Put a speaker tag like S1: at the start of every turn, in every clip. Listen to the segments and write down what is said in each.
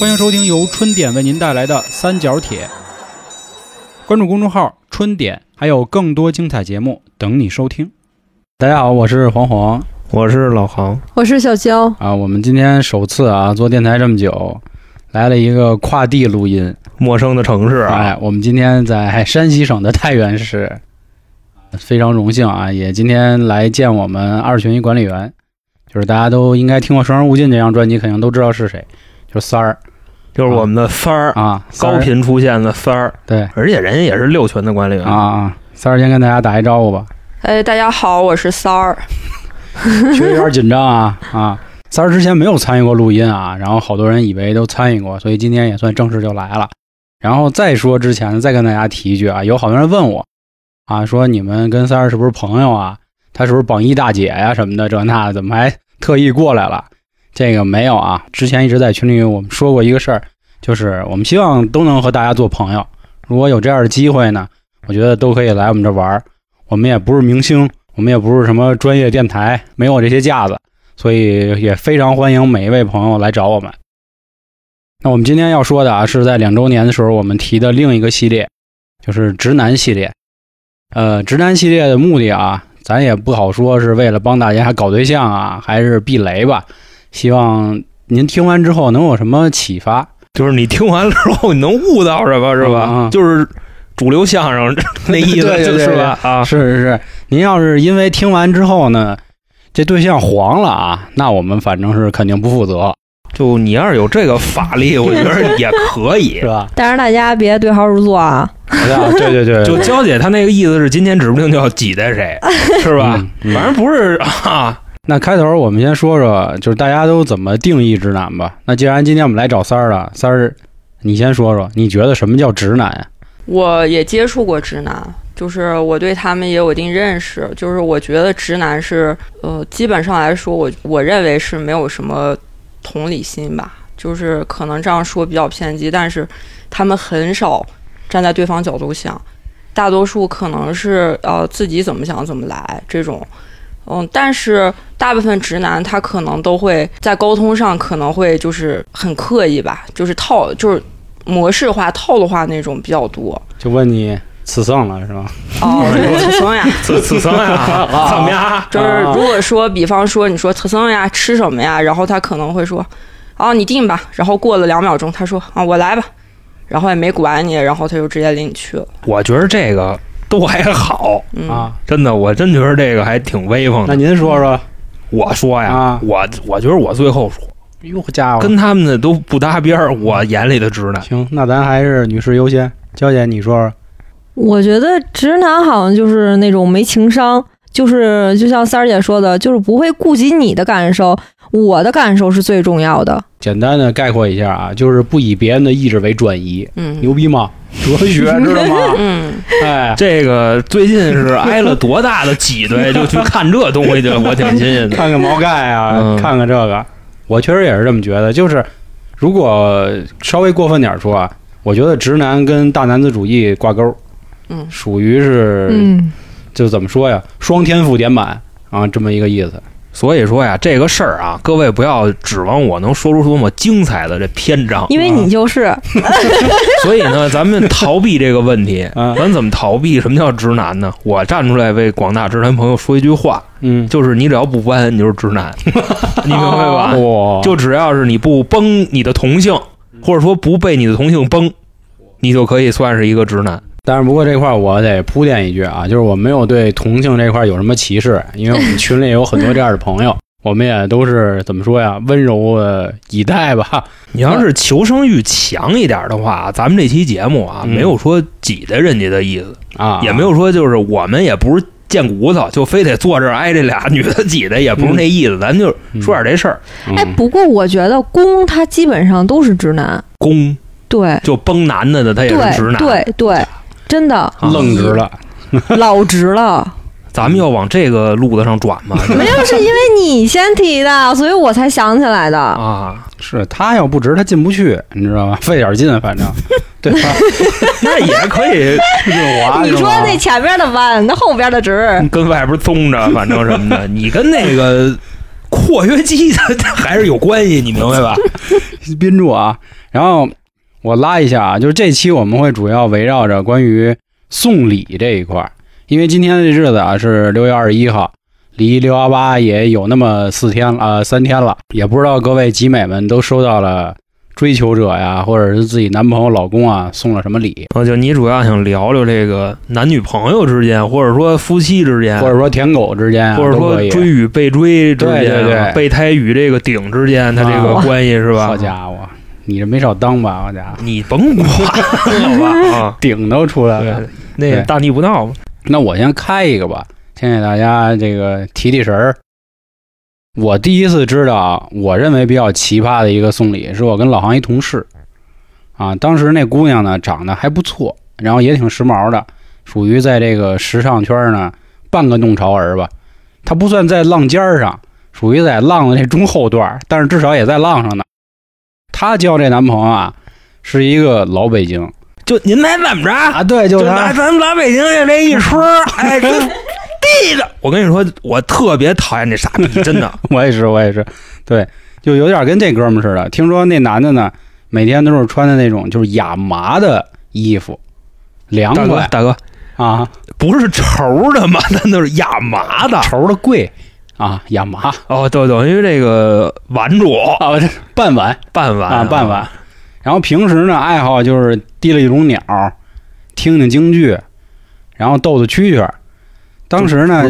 S1: 欢迎收听由春点为您带来的《三角铁》，关注公众号“春点”，还有更多精彩节目等你收听。大家好，我是黄黄
S2: 我是老航，
S3: 我是小娇，
S1: 啊，我们今天首次啊做电台这么久，来了一个跨地录音。
S2: 陌生的城市啊，
S1: 哎，我们今天在山西省的太原市，非常荣幸啊，也今天来见我们二群一管理员，就是大家都应该听过《生人勿近》这张专辑，肯定都知道是谁，就是三儿
S2: 就是我们的三儿，
S1: 啊，三
S2: 高
S1: 儿
S2: 频出现的三儿，
S1: 对
S2: 而且人家也是六群的管理员
S1: 啊，啊，三儿先跟大家打一招呼吧，
S3: 哎，大家好，我是三儿，
S1: 确实有点紧张啊啊。三儿之前没有参与过录音啊，然后好多人以为都参与过，所以今天也算正式就来了。然后再说之前，再跟大家提一句啊，有好多人问我啊，说你们跟三儿是不是朋友啊？他是不是榜一大姐呀、什么的这那的，怎么还特意过来了？这个没有啊，之前一直在群里我们说过一个事儿，就是我们希望都能和大家做朋友。如果有这样的机会呢，我觉得都可以来我们这玩儿。我们也不是明星，我们也不是什么专业电台，没有这些架子，所以也非常欢迎每一位朋友来找我们。那我们今天要说的啊，是在两周年的时候我们提的另一个系列，就是直男系列。呃，直男系列的目的啊，咱也不好说是为了帮大家搞对象啊，还是避雷吧。希望您听完之后能有什么启发。
S2: 就是你听完了之后，你能悟到什么，是
S1: 嗯
S2: 吧
S1: 嗯？
S2: 就是主流相声 那
S1: 对
S2: 意
S1: 对
S2: 思，
S1: 对
S2: 就是吧？啊，
S1: 是是是，您要是因为听完之后呢，这对象黄了啊，那我们反正是肯定不负责，
S2: 就你要是有这个法 力，我觉得也可以
S1: 是。吧？
S3: 但是大家别对号入座啊！
S1: 对对对，嗯
S2: 就娇姐她那个意思是，今天指不定就要挤 在谁，是
S1: 是
S2: 吧？？反正不是啊，
S1: 嗯那开头我们先说说，就是大家都怎么定义直男吧。那既然今天我们来找三儿了，三儿，你先说说，你觉得什么叫直男呀？
S3: 我也接触过直男，就是我对他们也有一定认识，就是我觉得直男是，呃，基本上来说，我我认为是没有什么同理心吧，就是可能这样说比较偏激，但是他们很少站在对方角度想，大多数可能是呃自己怎么想怎么来这种。嗯，但是大部分直男他可能都会在沟通上可能会就是很刻意吧，就是套就是模式化、套路化那种比较多。
S1: 就问你此送了是吧？
S3: 哦，特僧呀，
S2: 此此生啊 呀，
S1: 啊
S2: 怎么样？
S3: 就是如果说，比方说你说特僧呀，吃什么呀，然后他可能会说，哦，你定吧。然后过了两秒钟，他说啊，我来吧，然后也没管你，然后他就直接领你去了。
S2: 我觉得这个都还好，
S3: 嗯，
S1: 啊，
S2: 真的，我真觉得这个还挺威风
S1: 那
S2: 的。
S1: 您说说，
S2: 我说呀，
S1: 啊
S2: 我我觉得我最后说
S1: 哟家伙，
S2: 跟他们的都不搭边儿，我眼里的直男。
S1: 行，那咱还是女士优先。娇姐，你说说，
S4: 我觉得直男好像就是那种没情商，就是就像三儿姐说的，就是不会顾及你的感受，我的感受是最重要的。
S1: 简单的概括一下啊，就是不以别人的意志为转移，
S3: 嗯
S1: 牛逼吗？哲学知道 吗？
S3: 嗯，
S1: 哎，
S2: 这个最近是挨了多大的挤兑，就去看这东西去了，我挺新 鲜的。
S1: 看看毛概啊，
S2: 嗯
S1: 看看这个，我确实也是这么觉得。就是如果稍微过分点说啊，我觉得直男跟大男子主义挂钩，
S3: 嗯
S1: 属于是、
S4: 嗯，
S1: 就怎么说呀，双天赋点满啊，这么一个意思。
S2: 所以说呀，这个事儿啊，各位不要指望我能说出多么精彩的这篇 章。
S4: 因为你就是，
S2: 所以呢，咱们逃避这个问题，
S1: 啊
S2: 咱怎么逃避？什么叫直男呢？我站出来为广大直男朋友说一句话，
S1: 嗯，
S2: 就是你只要不弯，你就是直男，你明白吧？
S1: 哇，
S2: 就只要是你不崩你的同性，
S1: 嗯
S2: 或者说不被你的同性崩，你就可以算是一个直男。
S1: 但是不过这块儿我得铺垫一句啊，就是我没有对同性这块儿有什么歧视，因为我们群里有很多这样的朋友，我们也都是怎么说呀，温柔的以待吧。
S2: 你要是求生欲强一点的话，咱们这期节目啊，
S1: 嗯
S2: 没有说挤兑人家的意思，
S1: 啊，
S2: 也没有说就是我们也不是贱骨头，就非得坐这儿挨这俩女的挤的，也不是那意思。咱就说点这事儿，
S1: 嗯，
S4: 哎，不过我觉得公他基本上都是直男，
S2: 攻
S4: 对，
S2: 就崩男的的，他也
S4: 对
S2: 是直，男。
S4: 对，对，真的
S1: 愣直了。
S4: 老直了。
S2: 咱们要往这个路子上转 嘛。
S4: 没有，是因为你先 提的，所以我才想起来的。
S2: 啊，
S1: 是他要不直，他进不去，你知道吧？ 费点劲，反 正对吧？
S2: 那也可以
S1: 润滑
S4: 你
S1: 是
S4: 说
S1: 吗
S4: 那 前面的弯，那后边的直，
S2: 跟外边儿棕着，反正什么的。你跟那个括约肌它 它还是有关系，你明白吧？
S1: 宾住啊。然后我拉一下啊，就是这期我们会主要围绕着关于送礼这一块儿，因为今天的日子啊是六月二十一号，离六幺八也有那么四天了呃三天了，也不知道各位集美们都收到了追求者呀，或者是自己男朋友、老公啊送了什么礼，
S2: 啊，就你主要想聊聊这个男女朋友之间，或者说夫妻之间，
S1: 或者说舔狗之间啊，
S2: 哎或者
S1: 都
S2: 说
S1: 可以
S2: 追与被追之间，啊
S1: 对对对
S2: 备胎与这个顶之间，它这个
S1: 啊
S2: 关系是吧？
S1: 好家伙，你这没少当吧？好家伙，
S2: 你甭管好吧啊，
S1: 顶都出来了。
S2: 对，那个
S1: 对
S2: 大逆不道嘛。
S1: 那我先开一个吧，先给大家这个提提神儿。我第一次知道啊，我认为比较奇葩的一个送礼，是我跟老航一同事，啊，当时那姑娘呢长得还不错，然后也挺时髦的，属于在这个时尚圈儿呢半个弄潮儿吧。她不算在浪尖儿上，属于在浪的这中后段儿，但是至少也在浪上呢。她交这男朋友啊，是一个老北京
S2: 就您猜怎么着？
S1: 啊，对，就
S2: 就
S1: 她
S2: 拿咱们老北京这这一说， 哎，这地的。我跟你说，我特别讨厌这傻逼，真的。
S1: 我也是，我也是，对，就有点跟这哥们儿似的。听说那男的呢，每天都是穿的那种就是亚麻的衣服，凉
S2: 大哥
S1: 快，
S2: 大哥，
S1: 啊，
S2: 不是绸的吗？ 那都是亚麻的。
S1: 绸的贵啊，亚 麻
S2: 哦，对对，因为这个玩主
S1: 啊，这半碗
S2: 哦半碗
S1: 啊，半碗。然后平时呢，爱好就是提了一笼鸟，听听京剧，然后逗逗蛐蛐儿。当时呢，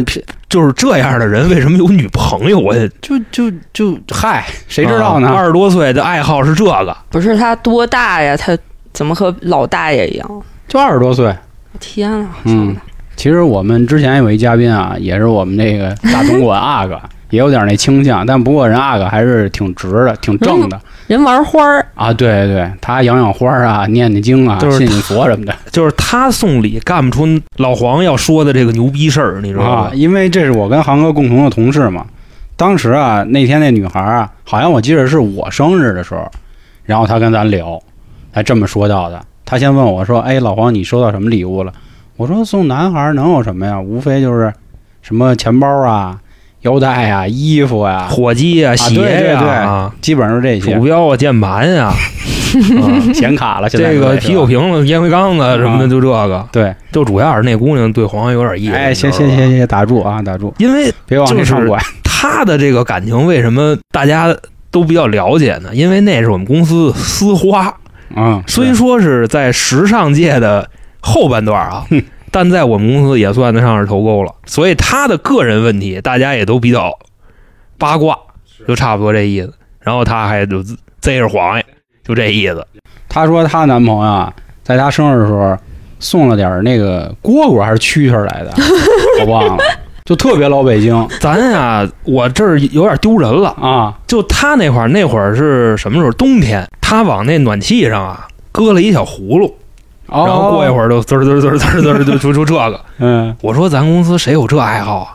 S2: 就是这样的人，为什么有女朋友？我也
S1: 就就就嗨，谁知道呢？
S2: 啊二十多岁的爱好是这个，
S3: 不是他多大呀？他怎么和老大爷一样？
S1: 就二十多岁，
S3: 天啊！
S1: 嗯其实我们之前有一嘉宾啊，也是我们这个大东莞阿 哥，也有点那倾向，但不过人阿哥还是挺直的，挺正
S2: 嗯
S1: 的
S4: 人玩花儿，
S1: 啊。对对，他养养花啊，念念经啊，
S2: 就是
S1: 信信佛什么的
S2: 就是他送礼干不出老黄要说的这个牛逼事儿，你知道
S1: 啊
S2: 吗。？
S1: 因为这是我跟航哥共同的同事嘛。当时啊，那天那女孩啊，好像我记得是我生日的时候，然后她跟咱聊，才这么说到的。她先问我说：“哎，老黄，你收到什么礼物了？”我说：“送男孩能有什么呀？无非就是什么钱包啊、腰带啊、衣服呀、
S2: 火机啊，
S1: 啊对
S2: 鞋
S1: 对
S2: 呀、
S1: 对
S2: 啊，
S1: 基本上是这
S2: 鼠
S1: 些，
S2: 标啊，键 盘呀、啊
S1: 显卡了。现在
S2: 这个
S1: 是
S2: 啤酒瓶子、烟灰缸子什么
S1: 啊
S2: 的，就这个，
S1: 对，
S2: 就主要是那姑娘对黄有点意思。
S1: 哎，
S2: 你
S1: 行
S2: 知道
S1: 行
S2: 吧
S1: 行，行，打住啊，打住，
S2: 因为
S1: 别往这上拐。
S2: 他的这个感情为什么大家都比较了解呢？因为那是我们公司私花，
S1: 嗯，
S2: 虽说是在时尚界的后半段啊，但在我们公司也算得上是头钩了。所以他的个人问题，大家也都比较八卦，就差不多这意思。然后他还就贼是黄爷，就这意思。
S1: 她说她男朋友啊，在她生日的时候送了点儿那个蝈蝈还是蛐蛐儿来的，我忘了，就特别老北京
S2: 咱呀，我这儿有点丢人了。
S1: 啊。
S2: 就他那会儿，那会儿是什么时候？冬天，他往那暖气上啊搁了一小葫芦，
S1: 然
S2: 然后过一
S1: 儿，
S2: 会儿就滋儿滋儿滋儿滋儿滋儿就就就这个。
S1: 嗯，
S2: 我说咱公司谁有这爱好啊？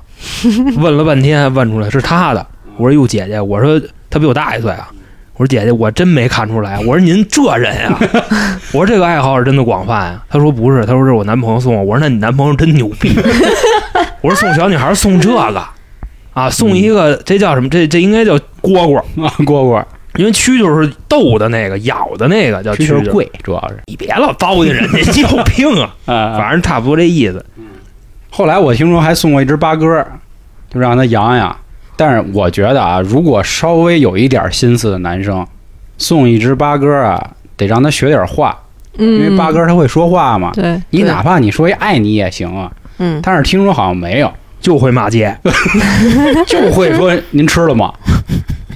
S2: 问了半天，问出来是他的。我说哟，姐姐，我说他比我大一岁啊。我说姐姐，我真没看出来。我说您这人啊， 我说这个爱好是真的广泛啊。他说不是，他说是我男朋友送我。我说那你男朋友真牛逼。 我说送小女孩送这个啊，送一个这叫什么？这这应该叫蝈蝈，
S1: 啊蝈蝈
S2: 因为蛐蛐是逗的那个、咬的那个叫
S1: 蛐
S2: 蛐
S1: 蛐
S2: 蛐
S1: 儿。贵，主要是
S2: 你别老糟践人家，你有病啊！
S1: 啊。
S2: 反正差不多这意思。
S1: 后来我听说还送过一只八哥儿，就让他养养。但是我觉得啊，如果稍微有一点心思的男生，送一只八哥儿啊，得让他学点话，因
S4: 嗯，
S1: 为八哥儿他会说话嘛。
S4: 对，
S1: 你
S3: 对
S1: 哪怕你说一爱你也行啊，
S3: 嗯，
S1: 但是听说好像没有，
S2: 就会骂
S1: 啊
S2: 街，
S1: 就 会说您吃了 吗？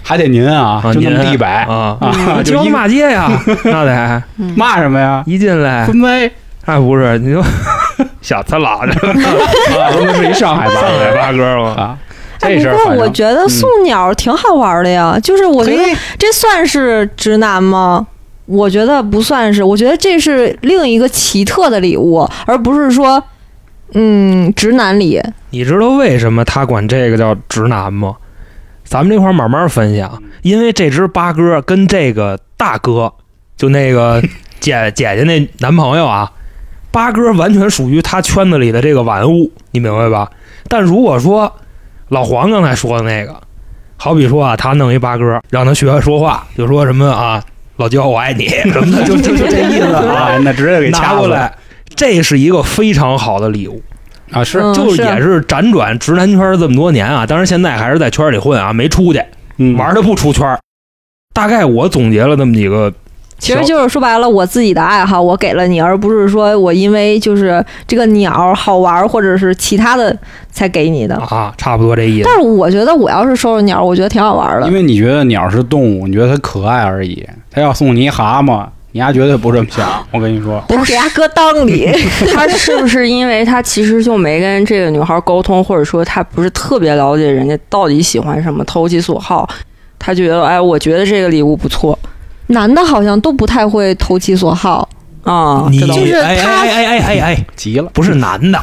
S1: 还得您啊，
S2: 啊
S1: 就那么
S2: 您
S1: 地摆
S2: 啊，
S3: 嗯
S1: 啊， 就
S2: 教
S1: 一
S2: 骂 街呀，那得
S1: 骂什么呀？
S2: 一进来
S1: 分呗，
S2: 啊，不是你说 小他 老的
S1: 啊，都是一上海八
S2: 上海
S1: 哥
S2: 八哥嘛，
S1: 啊，这
S4: 哎，不
S1: 事儿
S4: 过
S1: 反
S4: 我
S1: 正嗯
S4: 觉得送鸟挺好玩的呀，就是我觉得
S1: 嘿
S4: 这算是直男吗？我觉得不算是，我觉得这是另一个奇特的礼物，而不是说，嗯，直男礼。
S2: 你知道为什么他管这个叫直男吗？咱们这块儿慢慢分析啊，因为这只八哥跟这个大哥，就那个姐姐姐那男朋友啊，八哥完全属于他圈子里的这个玩物，你明白吧？但如果说老黄刚才说的那个，好比说啊，他弄一八哥，让他学会说话，就说什么啊，老焦我爱你什么的，就就就这意思 啊，
S1: 啊，那直接给掐
S2: 拿
S1: 死
S2: 过
S1: 了
S2: 来。这是一个非常好的礼物，
S1: 啊！是，
S4: 嗯
S2: 就是也是辗转直男圈这么多年啊，当然现在还是在圈里混啊，没出去
S1: 嗯
S2: 玩的不出圈儿。大概我总结了那么几个
S4: 其
S2: 小
S4: 实就是说白了，我自己的爱好我给了你，而不是说我因为就是这个鸟好玩或者是其他的才给你的。
S2: 啊，差不多这意思
S4: 但。是我觉得我要是收着鸟，我觉得挺好玩的
S1: 因。为你觉得鸟是动物，你觉得它可爱而已。它要送你一蛤蟆，你丫绝对不这么
S2: 啊
S1: 想。我跟你说，
S4: 我给它 搁裆里，
S3: 他是不是因为他其实就没跟这个女孩沟通，或者说他不是特别了解人家到底喜欢什么，投其所好？他觉得，哎，我觉得这个礼物不错
S4: 男的好像都不太会投其所好。
S3: 啊，
S2: 你
S3: 知道吗
S4: 就是
S2: 哎哎
S4: 他
S2: 哎哎哎哎哎，
S1: 急了，
S2: 不是男 的，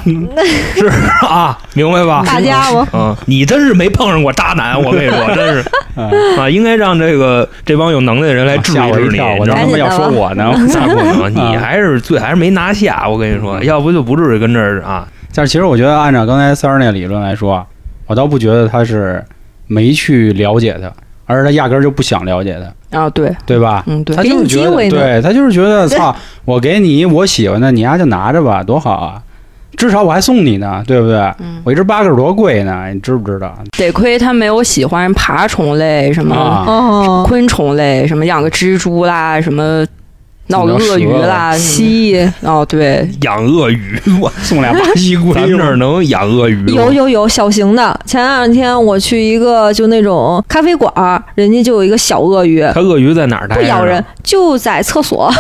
S2: 是啊，明白吧？
S4: 大家吗？
S2: 嗯，你真是没碰上过渣男，我跟你说，真 是
S1: 嗯
S2: 啊，应该让这个这帮有能耐的人来治
S1: 啊吓
S2: 一
S1: 我
S2: 治
S1: 一
S2: 你，
S1: 跳，
S2: 你
S1: 我
S2: 知
S1: 当
S2: 道
S1: 他
S2: 吗？
S1: 妈要说我呢。
S2: 咋不能？你
S1: 啊
S2: 还是最还是没拿下，我跟你说，要不就不至于跟这儿啊。
S1: 但是其实我觉得，按照刚才三儿那理论来说，我倒不觉得他是没去了解他，而是他压根儿就不想了解他，
S3: 啊，对，
S1: 对吧？
S3: 嗯，对
S1: 他，就是觉
S4: 给
S1: 得，
S4: 你机会
S1: 对他就是觉得，
S4: 对
S1: 操，我给你我喜欢的，你丫就拿着吧，多好啊！至少我还送你呢，对不对？
S3: 嗯，
S1: 我一只八哥多贵呢，你知不知道？
S3: 得亏他没有喜欢爬虫类什么。
S1: 啊，
S4: 哦，
S3: 昆虫类，什么养个蜘蛛啦，什么闹个
S4: 啊
S3: 鳄鱼啦，蜥
S4: 蜥蜴
S3: 哦，对，
S2: 养鳄鱼，我
S1: 送俩巴西龟，
S2: 咱们这儿能养鳄鱼吗？
S4: 有有有小型的。前两天我去一个就那种咖啡馆儿，人家就有一个小鳄鱼，
S2: 它鳄鱼在哪儿待着啊
S4: 不
S2: 呢？
S4: 咬人，就在 厕所，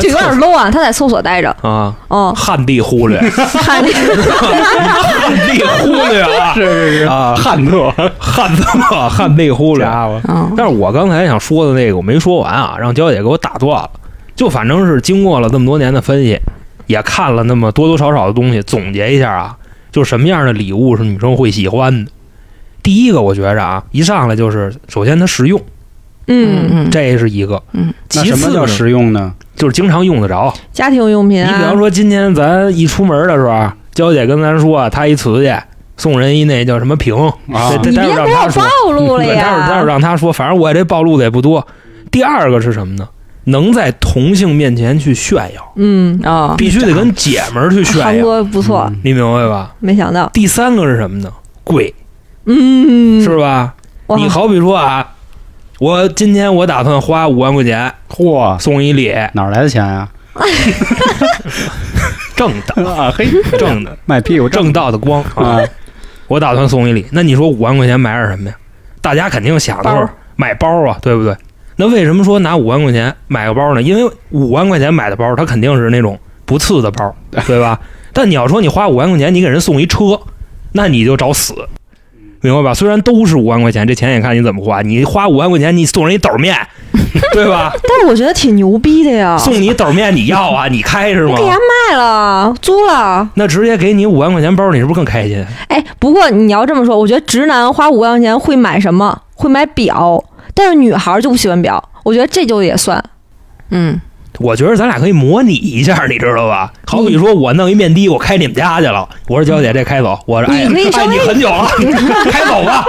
S4: 就有点 low 啊。它在厕所待着，
S2: 啊！
S4: 嗯，
S2: 旱地忽略，
S4: 看那个
S2: 旱地忽略 啊
S1: 是是是
S2: 啊！
S1: 汉特，
S2: 旱的旱地忽略。
S1: 家伙，
S3: 嗯，
S2: 但是我刚才想说的那个我没说完啊，让娇姐给我打断了。就反正是经过了这么多年的分析，也看了那么多多少少的东西，总结一下啊，就是什么样的礼物是女生会喜欢的。第一个，我觉着啊，一上来就是首先它实用，
S4: 嗯，
S3: 嗯嗯，
S2: 这是一个。
S3: 嗯，
S1: 那
S2: 其
S1: 什
S2: 次
S1: 么叫
S2: 呢
S1: 实用呢？
S2: 就是经常用得着。
S4: 家庭用品
S2: 你比
S4: 啊
S2: 方，说今天咱一出门的时候，啊娇姐跟咱说她一瓷去送人一那叫什么瓶，
S1: 啊
S2: 这
S4: 你
S2: 待会
S4: 别
S2: 儿
S4: 给
S2: 让她
S4: 我
S2: 说。
S4: 暴露了
S2: 对，待会儿待会儿
S4: 呀。
S2: 让他说，反正我这暴露的也不多。第二个是什么呢？能在同性面前去炫耀，
S4: 嗯，
S3: 啊，
S2: 必须得跟姐们儿去炫
S4: 韩
S2: 耀，
S4: 哥不错，
S1: 嗯
S2: 你明白吧？
S4: 没想到，
S2: 第三个是什么呢？贵
S4: 嗯，
S2: 是吧？
S4: 哇
S2: 你好比说啊，我今天我打算花五万块钱
S1: 嚯，
S2: 送一礼，
S1: 哪儿来的钱啊呀？
S2: 正的
S1: 啊嘿，
S2: 正的
S1: 卖屁股
S2: 正道的光啊
S1: 啊，！
S2: 我打算送一礼。那你说五万块钱买点什么呀？大家肯定想的是
S4: 包
S2: 买包啊，对不对？那为什么说拿五万块钱买个包呢？因为五万块钱买的包，它肯定是那种不次的包，对吧？但你要说你花五万块钱，你给人送一车，那你就找死，明白吧？虽然都是五万块钱，这钱也看你怎么花。你花五万块钱，你送人一斗 面，对吧？
S4: 但是我觉得挺牛逼的呀，
S2: 送你一斗面，你要啊？你开是
S4: 我
S2: 吗
S4: 啊给？他卖了，租了。
S2: 那直接给你五万块钱包，你是不是更开心？啊
S4: 哎，不过你要这么说，我觉得直男花五万块钱会买什么？会买表，但是女孩儿就不喜欢表，我觉得这就 也算。
S3: 嗯，
S2: 我觉得咱俩可以模拟一下，你知道吧？
S4: 嗯
S2: 好比说我弄一面的，我开你们家去了。我说娇姐，这开走。我说哎呀，
S4: 你可以稍
S2: 爱
S4: 微
S2: 你很久 了，开走吧。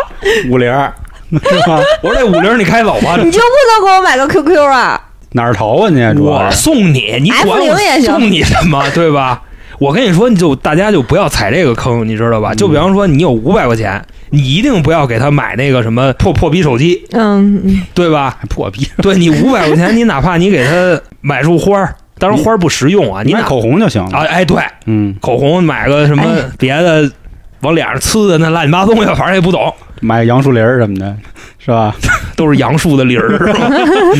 S1: 五零 儿是吧？
S2: 我说这五菱你开走吧。
S4: 你就不能给我买个 QQ 啊？
S1: 哪儿淘啊你？主
S2: 我
S1: 要是
S2: 送你，你管
S4: F0
S2: 我
S4: 也行
S2: 送你什么，对吧？我跟你说，你就大家就不要踩这个坑，你知道吧？
S1: 嗯
S2: 就比方说，你有五百块钱，你一定不要给他买那个什么破破逼手机，
S4: 嗯，嗯
S2: 对 吧？
S1: 还哎破逼，
S2: 对你五百块钱，你哪怕你给他买束花儿，当然
S1: 你
S2: 花儿不实用啊，你
S1: 买
S2: 哪
S1: 口红就行
S2: 啊
S1: 了。
S2: 哎对，
S1: 嗯，
S2: 口红，买个什么别的，往脸上呲的那乱七八糟东西，反正也不懂，
S1: 买杨树林儿什么的，是吧？
S2: 都是杨树的梨 儿，是吧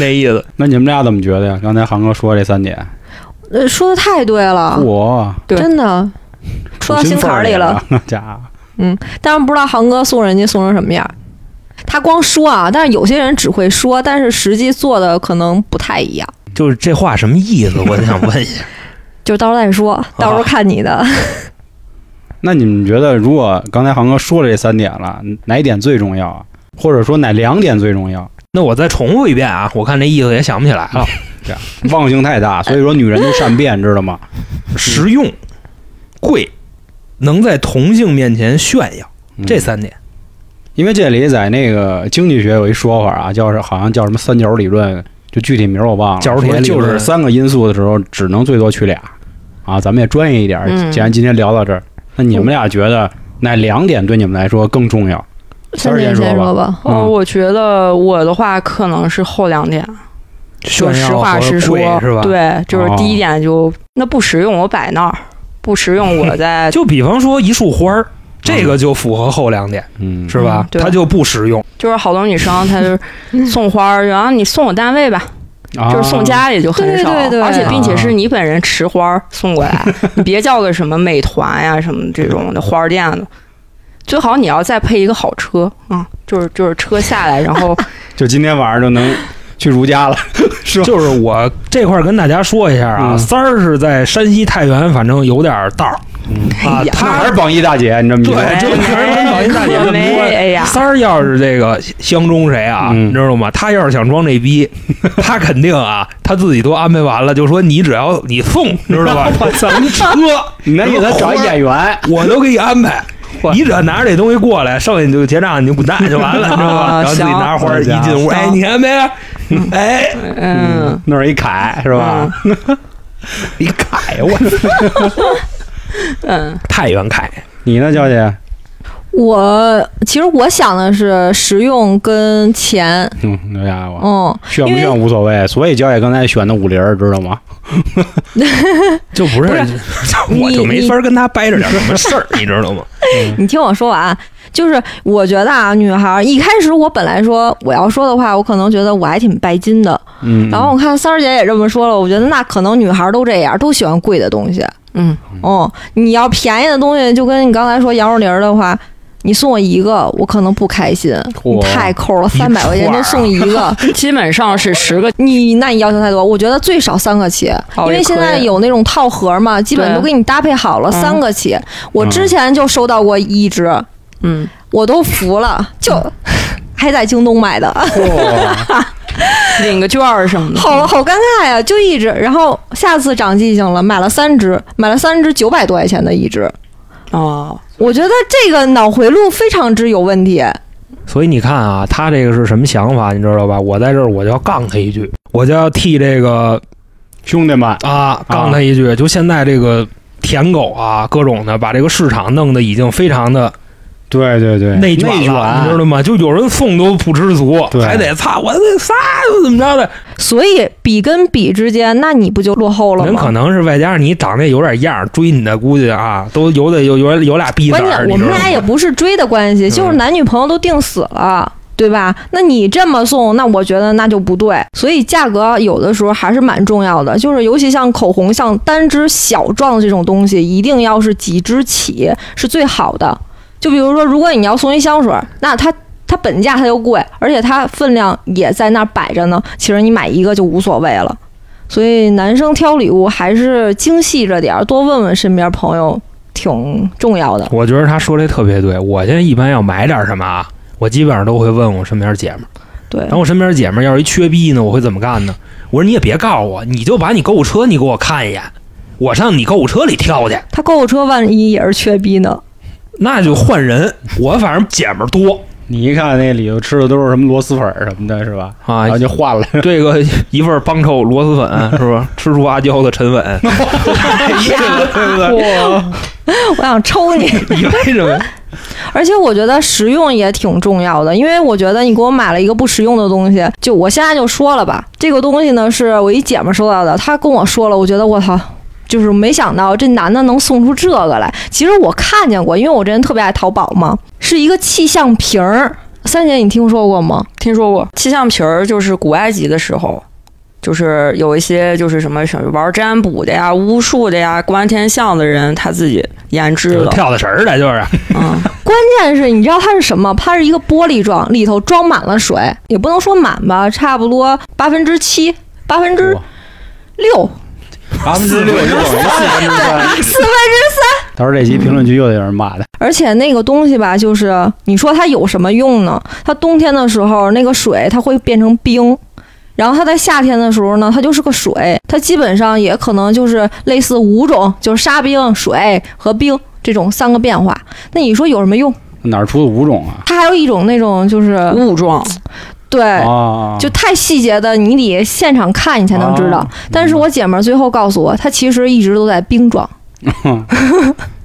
S2: 那意思。
S1: 那你们俩怎么觉得呀？刚才韩哥说这三点，
S4: 呃说的太对了，
S1: 我
S3: 对
S4: 真的说到心坎儿里了。，
S1: 那家伙，
S4: 但是不知道航哥送人家送成什么样儿。他光说啊，但是有些人只会说，但是实际做的可能不太一样。
S2: 就是这话什么意思？我想问一下。
S4: 就到时候再说，到时候看你的。
S1: 那你们觉得，如果刚才航哥说了这三点了，哪一点最重要啊？或者说哪两点最重要？
S2: 那我再重复一遍啊，我看这意思也想不起来了。
S1: 忘性太大，所以说女人就善变，知道吗？
S2: 实用、贵，能在同性面前炫耀，
S1: 嗯
S2: 这三点。
S1: 因为这里在那个经济学有一说法啊，叫是好像叫什么三角理论，就具体名儿我忘了。
S2: 角铁
S1: 说
S2: 理
S1: 就
S2: 论
S1: 是三个因素的时候，只能最多取俩啊。咱们也专业一点儿，
S3: 嗯
S1: 既然今天聊到这儿，那你们俩觉得哪两点对你们来说更重要？三
S4: 三
S1: 儿
S4: 姐
S1: 先说
S4: 先
S1: 吧
S4: 说吧，
S1: 嗯
S3: 哦，我觉得我的话可能是后两点，就
S2: 炫
S3: 实
S2: 耀
S3: 话
S2: 和
S3: 实说
S2: 贵是吧？，
S3: 对，就是
S1: 哦
S3: 第一点就、那不实用我摆那儿，不实用 我再
S2: 就比方说一束花儿，这个就符合后两点，
S1: 嗯，
S2: 是吧
S3: 嗯？对
S2: 它就不实用，
S3: 就是好多女生她就是送花儿，然后你送我单位吧，
S1: 啊
S3: 就是送家里就很少，
S4: 对对对
S3: 而且并
S2: 啊
S3: 且是你本人持花儿送过 来，你别叫个什么美团呀、什么这种的花儿店的，最好你要再配一个好车啊、嗯就是就是车下来，然后
S1: 就今天晚上就能去如家了， 是吧？
S2: 就是我这块儿跟大家说一下啊，
S1: 嗯
S2: 三儿是在山西太原，反正有点儿道儿
S1: 嗯
S2: 啊
S3: 哎呀。
S1: 那还
S2: 他
S1: 是榜一大姐，你这么一说，
S2: 对就
S3: 没
S2: 是人老一 大姐这么
S3: 没
S2: 说
S3: 哎呀，
S2: 三儿要是这个相中谁啊，
S1: 嗯
S2: 你知道吗？他要是想装这逼，他肯定啊，他自己都安排完了，就说你只要你送，你知 道吧？咱们车
S1: 你那意思找一演员，
S2: 我都给你安排。你只要拿着这东西过来，剩下你就结账，你就滚蛋就完了，你知道吧？
S3: 啊
S2: 然后自己
S3: 行
S2: 拿着花儿一进屋，
S3: 行
S2: 哎，你看没？哎，
S3: 嗯，
S1: 那儿一凯是
S2: 嗯
S1: 吧？
S2: 你凯我，
S3: 嗯，
S2: 太原凯，
S1: 你呢，娇姐？
S4: 我其实我想的是实用跟钱，
S1: 嗯，那家
S2: 哦
S1: 伙
S4: 嗯，
S1: 炫不
S4: 因为
S1: 炫无所谓，所以娇姐刚才选的五零儿，知道吗？
S2: 就不是，
S4: 不
S2: 我就
S4: 你
S2: 没法跟他掰扯点什么事儿，你知道吗？
S4: 你听我说完，就是我觉得啊，女孩儿一开始我本来说我要说的话，我可能觉得我还挺拜金的，
S1: 嗯，
S2: 哦
S4: 然后我看三儿姐也这么说了，我觉得那可能女孩儿都这样，都喜欢贵的东西。
S3: 嗯，
S4: 哦，你要便宜的东西，就跟你刚才说羊肉林儿的话，你送我一个，我可能不开心，你
S1: 嚯
S4: 太抠了，三百块
S3: 啊
S4: 钱就送一 个，
S3: 嗯基本上是十个，
S4: 你那你要求太多。我觉得最少三个起，
S3: 哦
S4: 因为
S3: 也可
S4: 现在
S3: 以
S4: 有那种套盒嘛，基本
S3: 对
S4: 都给你搭配好了，
S3: 嗯
S4: 三个起。我之前就收到过一只，
S3: 嗯，
S4: 我都服了，就 还在京东买的。
S3: 嗯
S1: 嚯，
S3: 领个券儿什么的，
S4: 好好尴尬呀，就一只。然后下次长记性了，买了三只，买了三只九百多块钱的一只。
S3: 哦，
S4: 我觉得这个脑回路非常之有问题。
S2: 所以你看啊，他这个是什么想法，你知道吧？我在这儿我就要杠他一句，我就要替这个
S1: 兄弟们，
S2: 啊杠他一句，就现在这个舔狗啊，各种的把这个市场弄得已经非常的
S1: 对对对，
S2: 内
S1: 卷
S2: 卷了，你知道吗？就有人送都不知足，
S1: 对
S2: 还得擦，我得仨又怎么着的？
S4: 所以比跟比之间，那你不就落后了
S2: 人可
S4: 吗？
S2: 能是外加上你长得有点样儿，追你的估计啊，都有得有有有俩逼子
S4: 关
S2: 儿，
S4: 键
S2: 你
S4: 哎我
S2: 知
S4: 们
S2: 道吗嗯
S4: 俩也不是追的关系，就是男女朋友都定死了。对吧？那你这么送，那我觉得那就不对。所以价格有的时候还是蛮重要的，就是尤其像口红、像单支小状这种东西，一定要是几支起是最好的。就比如说，如果你要送一香水儿，那它它本价它就贵，而且它分量也在那儿摆着呢，其实你买一个就无所谓了。所以男生挑礼物还是精细着点儿，多问问身边朋友挺重要的。
S2: 我觉得他说这特别对。我现在一般要买点什么啊，我基本上都会问我身边姐们儿。
S4: 对
S2: 然，后我身边姐们儿要是一缺逼呢，我会怎么干呢？我说你也别告诉我，你就把你购物车你给我看一眼，我上你购物车里挑去，
S4: 他购物车万一也是缺逼呢？
S2: 那就换人。 我反正姐们儿多
S1: 你一看那里头吃的都是什么螺蛳粉儿什么的，是吧？
S2: 啊
S1: 然，后就换 了，
S2: 这个一份帮臭螺蛳粉是吧？吃出阿胶的沉 稳，哎
S4: 我想 抽你。
S2: 以为什么？
S4: 而且我觉得实用也挺重要的，因为我觉得你给我买了一个不实用的东西，就我现在就说了吧，这个东西呢是我一姐们儿收到的，她跟我说了，我觉得我操。就是没想到这男的能送出这个来。其实我看见过，因为我这人特别爱淘宝嘛，是一个气象瓶儿。三姐，你听说过吗？
S3: 听说过气象瓶儿，就是古埃及的时候，就是有一些就是什么什么玩占卜的呀、巫术的呀、观天象的人，他自己研制
S2: 就是
S3: 的。
S2: 跳的神儿的，就是
S3: 嗯，
S4: 关键是，你知道它是什么？它是一个玻璃状，里头装满了水，也不能说满吧，差不多八分之七、八分之
S1: 哇
S4: 六、
S1: 八分之六就等于四分之三。
S4: 四分之
S1: 到时候这期评论区又得有人骂的，
S4: 而且那个东西吧，就是你说它有什么用呢？它冬天的时候那个水它会变成冰，然后它在夏天的时候呢，它就是个水，它基本上也可能就是类似五种，就是沙冰、水和冰这种三个变化。那你说有什么用？
S1: 哪儿出的五种啊？
S4: 它还有一种那种就是
S3: 误 撞，
S4: 对，
S2: 哎
S1: 啊，
S4: 就太细节的你得现场看你才能知道。
S1: 啊
S4: 但是我姐们儿最后告诉我，她其实一直都在冰装，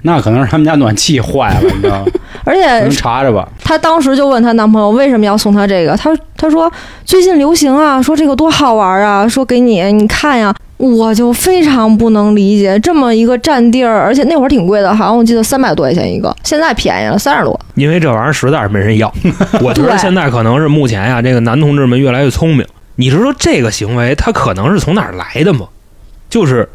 S1: 那可能是他们家暖气坏了，你知 道吗？嗯
S4: 而且
S1: 能查查吧。
S4: 她当时就问她男朋友为什么要送她这个，她她说最近流行啊，说这个多好玩啊，说给你你看呀、我就非常不能理解这么一个占地儿，而且那会儿挺贵的，好像我记得三百多块钱一个，现在便宜了三十多。
S2: 因为这玩意儿实在是没人 要。我觉得
S4: 对
S2: 现在可能是目前呀，这个男同志们越来越聪明。你知道这个行为它可能是从哪儿来的吗？就是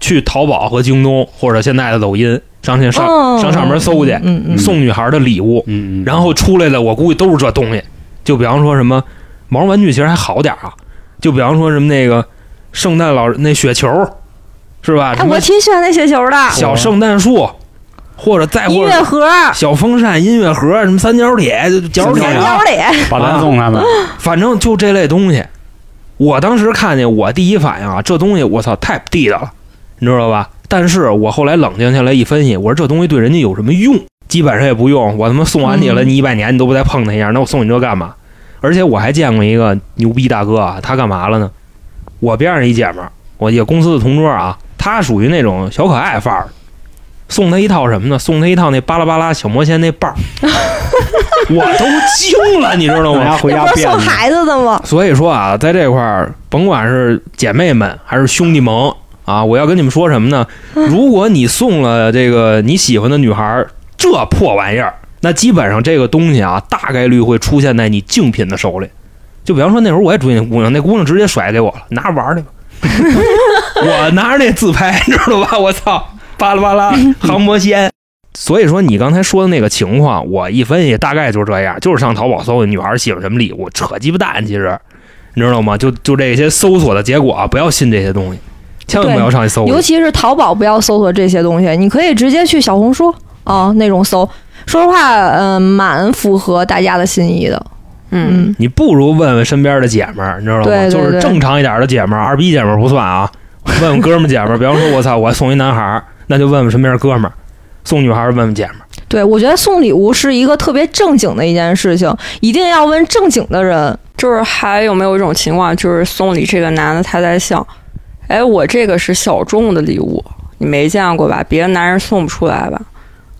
S2: 去淘宝和京东或者现在的抖音上去上、
S4: 嗯，
S2: 上上面搜去，
S4: 嗯嗯，
S2: 送女孩的礼物，
S1: 嗯嗯。
S2: 然后出来的我估计都是这东西。就比方说什么毛绒玩具，其实还好点儿啊。就比方说什么那个圣诞老人那雪球，是吧？
S4: 哎，
S2: 什么
S4: 我挺喜欢那雪球的，
S2: 小圣诞树，或者再
S4: 音
S2: 或者
S4: 乐盒，
S3: 嗯
S2: 小风扇、音乐盒、什么三角铁、角铁
S1: 三
S4: 三
S1: 角
S2: 啊，
S4: 角里。
S1: 把咱送 他们，
S2: 反正就这类东西。我当时看见，我第一反应啊，这东西我操太不地道了，你知道吧？但是我后来冷静下来一分析，我说这东西对人家有什么用？基本上也不用。我他妈送完你了，
S4: 嗯
S2: 你一百年你都不带碰它一样，那我送你这干嘛？而且我还见过一个牛逼大哥啊，他干嘛了呢？我边上一姐们儿，我也公司的同桌啊，他属于那种小可爱范儿，送他一套什么呢？送他一套那巴拉巴拉小魔仙那棒儿，我都惊了，你知道
S1: 送
S2: 吗？
S1: 家回
S4: 那
S1: 家
S4: 不是
S1: 变
S4: 送
S1: 的。
S4: 孩子的吗？
S2: 所以说啊，在这块儿，甭管是姐妹们还是兄弟盟啊，我要跟你们说什么呢？如果你送了这个你喜欢的女孩儿这破玩意儿，那基本上这个东西啊，大概率会出现在你竞品的手里。就比方说那会儿我也追那姑娘，那姑娘直接甩给我了，拿着玩儿去吧。 我拿着那自拍，你知道吧？我操，巴拉巴拉，航魔仙。所以说你刚才说的那个情况，我一分析大概就是这样，就是上淘宝搜女孩喜欢什么礼物，扯鸡巴蛋，其实你知道吗？就就这些搜索的结果啊，不要信这些东西，千万不要上去搜。
S4: 尤其是淘宝不要搜索这些东西，你可以直接去小红书啊那种搜。说实话，嗯、蛮符合大家的心意的。
S3: 嗯，
S4: 嗯，
S2: 你不如问问身边的姐们儿，你知道吗？
S4: 对对
S2: 就是
S4: 对
S2: 正常一点的姐们儿，二逼姐们儿不算啊。问问哥们儿姐们儿，比方说，我操，我送一男孩儿，那就问问身边哥们儿；送女孩儿，问问姐们儿。
S4: 对，我觉得送礼物是一个特别正经的一件事情，一定要问正经的人。哦
S3: 就是还有没有一种情况，就是送礼这个男的他在想，哎，我这个是小众的礼物，你没见过吧？别的男人送不出来吧？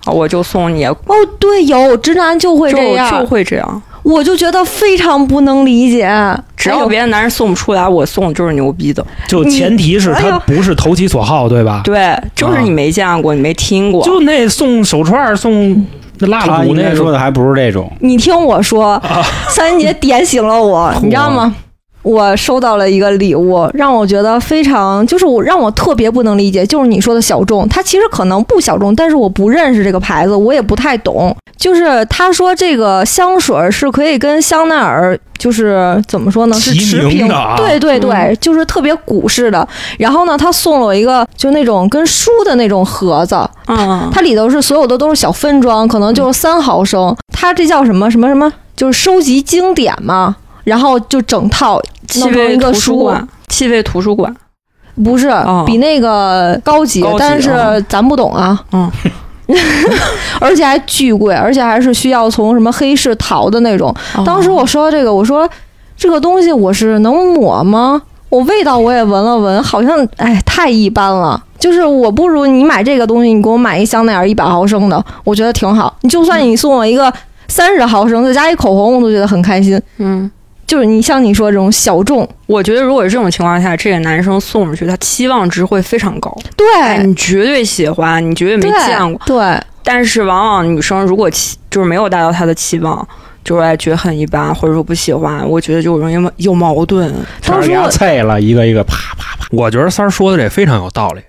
S3: 啊，我就送你，
S4: 哦，对，有直男就会
S3: 就
S4: 这
S3: 就
S4: 样，
S3: 会这样。
S4: 我就觉得非常不能理解。
S3: 只
S4: 哎
S3: 要
S4: 呦
S3: 别的男人送不出来，我送就是牛逼的。
S2: 就前提是
S4: 哎
S2: 他
S4: 呦
S2: 不是投其所好，对吧？
S3: 对，就是你没见过，你没听过。
S2: 就那送手串儿、送那蜡
S1: 他
S2: 烛
S1: 应
S2: 那
S1: 该说
S2: 个，
S1: 的还不是这种，
S4: 你听 我说，
S2: 啊
S4: 三姐点醒了我，你知道吗？我收到了一个礼物，让我觉得非常，就是我让我特别不能理解，就是你说的小众，它其实可能不小众，但是我不认识这个牌子，我也不太懂。就是他说这个香水是可以跟香奈儿，就是怎么说呢，是
S2: 齐
S4: 持
S2: 名
S4: 平
S2: 的啊
S4: 对对对，
S3: 嗯
S4: 就是特别古式的。然后呢，他送了我一个就那种跟书的那种盒子，
S3: 嗯，
S4: 它里头是所有的都是小分装，可能就是三毫升。它这叫什么什么什么？就是收集经典嘛。然后就整套
S3: 气
S4: 弄成
S3: 味
S4: 一个
S3: 图
S4: 书
S3: 书馆，气味图书馆。
S4: 不是、
S3: 哦
S4: 比那个高级，
S3: 高级
S4: 但是
S3: 哦
S4: 咱不懂啊。
S3: 嗯，
S4: 而且还巨贵，而且还是需要从什么黑市淘的那种。
S3: 哦
S4: 当时我收到这个，我说这个东西我是能抹吗？我味道我也闻了闻，好像哎太一般了。就是我不如你买这个东西，你给我买一香奈儿一百毫升的，我觉得挺好。你就算你送我一个三十毫升，再加一口红，我都觉得很开心。
S3: 嗯。
S4: 就是你像你说这种小众，
S3: 我觉得，如果是这种情况下，这个男生送出去，他期望值会非常高。
S4: 对，
S3: 哎，你绝对喜欢，你绝对没
S4: 对
S3: 见过。，
S4: 对，
S3: 但是往往女生如果期就是没有达到他的期望，就是哎觉得很一般，或者说不喜欢，我觉得就容易有有矛盾。
S4: 当
S1: 全是
S4: 时
S1: 给
S4: 我
S1: 他碎了一个一个，啪啪
S2: 我觉得三儿说的这非常有道理。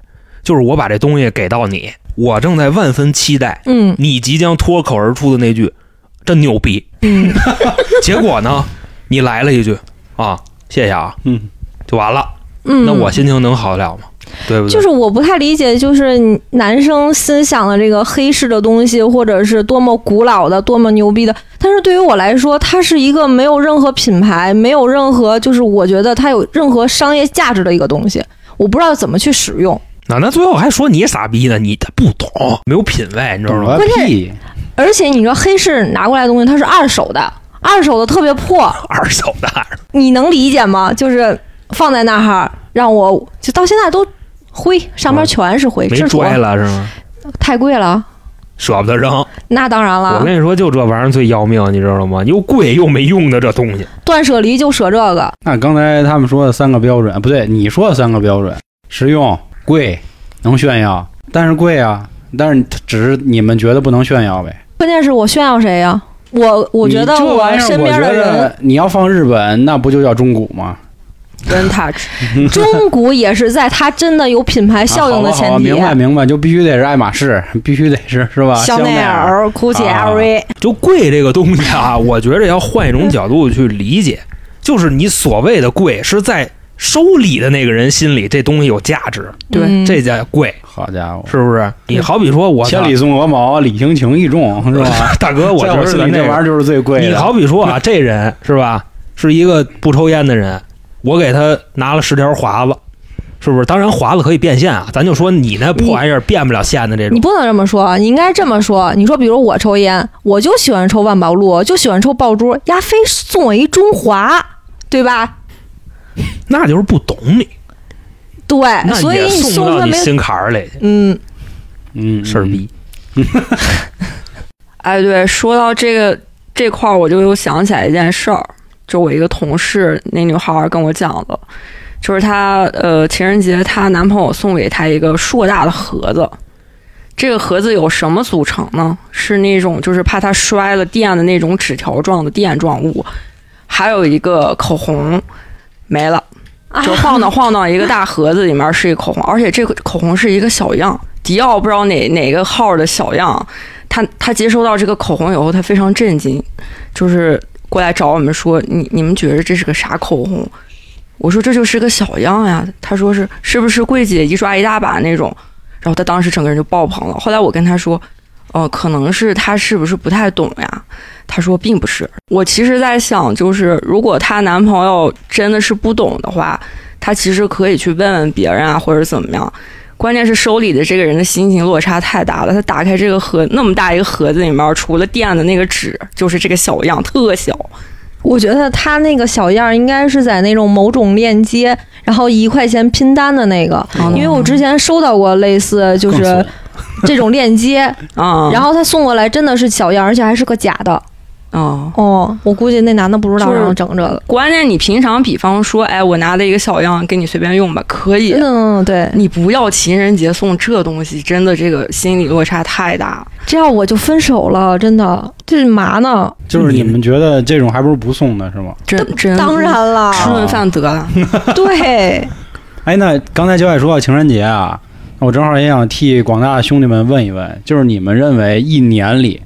S2: 就是我把这东西给到你，我正在万分期待
S4: 嗯
S2: 你即将脱口而出的那句“真牛逼
S4: 嗯，”，
S2: 结果呢，你来了一句“啊，谢谢啊
S1: 嗯，”，
S2: 就完了。
S4: 嗯，
S2: 那我心情能好得了吗？对不对？
S4: 就是我不太理解，就是男生心想的这个黑市的东西，或者是多么古老的、多么牛逼的，但是对于我来说，它是一个没有任何品牌、没有任何就是我觉得它有任何商业价值的一个东西，我不知道怎么去使用。
S2: 那那最后还说你傻逼呢，你他不懂，没有品位，你知道
S1: 懂个
S2: 吗？
S4: 关键
S1: 屁！
S4: 而且你说黑市拿过来的东西它是二手的，二手的特别破，
S2: 二手的，
S4: 你能理解吗？就是放在那儿，让我就到现在都灰，上面全是灰，
S2: 没
S4: 这是我
S2: 拽了是吗？
S4: 太贵了。
S2: 舍不得扔，
S4: 那当然
S2: 我
S4: 了，
S2: 跟你说，就这玩意儿最要命，你知道吗？又贵又没用的这东西，
S4: 断舍离就舍这个，
S1: 那刚才他们说的三个标准，不对，你说的三个标准：实用、贵、能炫耀。但是贵啊，但是只是你们觉得不能炫耀呗。
S4: 关键是我炫耀谁呀、我我觉得
S1: 你这玩意
S4: 我
S1: 儿
S4: 身边的
S1: 我觉
S4: 人，
S1: 得你要放日本，那不就叫中古吗？
S3: 跟 touch
S4: 中古也是在它真的有品牌效应的
S1: 啊好吧好
S4: 前
S1: 吧
S4: 提，
S1: 明白明白，就必须得是爱马仕，必须得是是吧？
S4: 香
S1: 奈儿、
S4: 儿、GUCCI、
S1: 啊
S4: LV，
S2: 就贵这个东西啊，我觉着要换一种角度去理解，就是你所谓的贵，是在收礼的那个人心里这东西有价值，
S3: 对
S4: 嗯
S2: 这叫贵，
S1: 好家伙，
S2: 是不是？你好比说我
S1: 嗯千里送鹅毛，礼轻情意重，是吧？
S2: 大哥，我
S1: 在
S2: 觉
S1: 我
S2: 得
S1: 心里
S2: 咱
S1: 这玩意儿就是最贵的。
S2: 你好比说啊，这人是吧，是一个不抽烟的人，我给他拿了十条华子，是不是？当然华子可以变现啊，咱就说你那破玩意儿变不了现的这
S4: 你
S2: 种，
S4: 不能这么说，啊你应该这么说。你说，比如我抽烟，我就喜欢抽万宝路，就喜欢抽爆珠，呀，非送我一中华，对吧？
S2: 那就是不懂你，
S4: 对，
S1: 哎
S2: 那
S4: 所以
S2: 也
S4: 你送
S2: 送不到
S4: 出来
S2: 你
S4: 没有，
S2: 心坎儿里去，
S4: 嗯，
S1: 嗯，嗯
S2: 事儿逼。
S3: 哎，对，说到这个这块儿，我就又想起来一件事儿，就我一个同事，那女孩儿跟我讲的，就是她呃情人节她男朋友送给她一个硕大的盒子，这个盒子有什么组成呢？是那种就是怕她摔了电的那种纸条状的垫状物，还有一个口红没了。就
S4: 啊
S3: 晃荡晃荡一个大盒子里面是一口红，而且这个口红是一个小样，迪奥不知道哪哪个号的小样。他他接收到这个口红以后，他非常震惊，就是过来找我们说：“你你们觉得这是个啥口红？”我说：“这就是个小样呀。”他说是：“是不是柜姐一抓一大把那种？”然后他当时整个人就爆棚了。后来我跟他说：“哦、可能是他是不是不太懂呀？”他说：“并不是。”我其实在想，就是如果她男朋友真的是不懂的话，她其实可以去问问别人啊，或者怎么样。关键是收礼的这个人的心情落差太大了。他打开这个盒，那么大一个盒子里面，除了垫的那个纸，就是这个小样，特小。
S4: 我觉得他那个小样儿应该是在那种某种链接，然后一块钱拼单的那个，因为我之前收到过类似就
S1: 嗯更
S4: 是
S1: 损
S4: 这种链接，
S3: 啊、
S1: 嗯
S4: 然后他送过来真的是小样儿，而且还是个假的。
S3: 啊、
S4: 哦，我估计那男的不知道
S3: 就是
S4: 让我整这个。
S3: 关键你平常，比方说，哎，我拿了一个小样给你随便用吧，可以。
S4: 嗯，对，
S3: 你不要情人节送这东西，真的这个心理落差太大。
S4: 这样我就分手了，真的，这是嘛呢？
S1: 嗯就是你们觉得这种还不如不送呢，是吗？
S3: 真真
S4: 当然了，
S3: 吃顿饭得 了。
S4: 对，
S1: 哎，那刚才焦爱说到情人节啊，那我正好也想替广大兄弟们问一问，就是你们认为一年里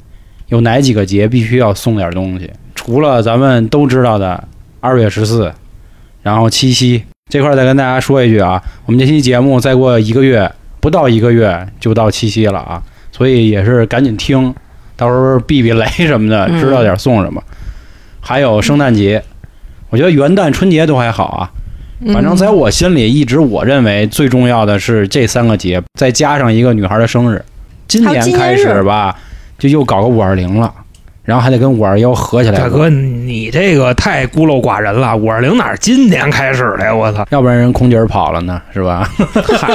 S1: 有哪几个节必须要送点东西？除了咱们都知道的二月十四，然后七夕这块，再跟大家说一句啊，我们这期节目再过一个月，不到一个月就到七夕了啊，所以也是赶紧听，到时候避避雷什么的，
S3: 嗯
S1: 知道点送什么。还有圣诞节，我觉得元旦、春节都还好啊， 反正
S4: 嗯
S1: 在我心里，一直我认为最重要的是这三个节，再加上一个女孩的生日。今
S4: 还有纪
S1: 年
S4: 念
S1: 开始
S4: 日
S1: 吧，就又搞个五二零了，然后还得跟五二幺合起来
S2: 大
S1: 过，
S2: 哥，你这个太孤陋寡人了，五二零哪儿今年开始的呀？我操！
S1: 要不然人空姐儿跑了呢，是吧？
S2: 嗨，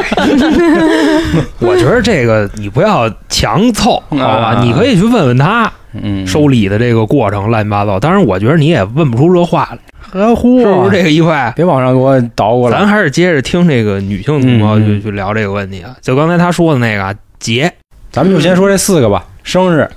S2: 我觉得这个你不要强凑，好吧？
S1: 啊
S2: 你可以去问问他
S1: 嗯，
S2: 收礼的这个过程乱七八糟。当然，我觉得你也问不出这话来，
S1: 合乎
S2: 是不是
S4: 啊
S1: 这？
S2: 这个一块？
S1: 别往上给我倒过
S2: 咱
S1: 来。
S2: 还是接着听这个女性同胞
S1: 嗯嗯
S2: 去去聊这个问题啊。就刚才他说的那个啊节，
S1: 咱们就先说这四个吧，生日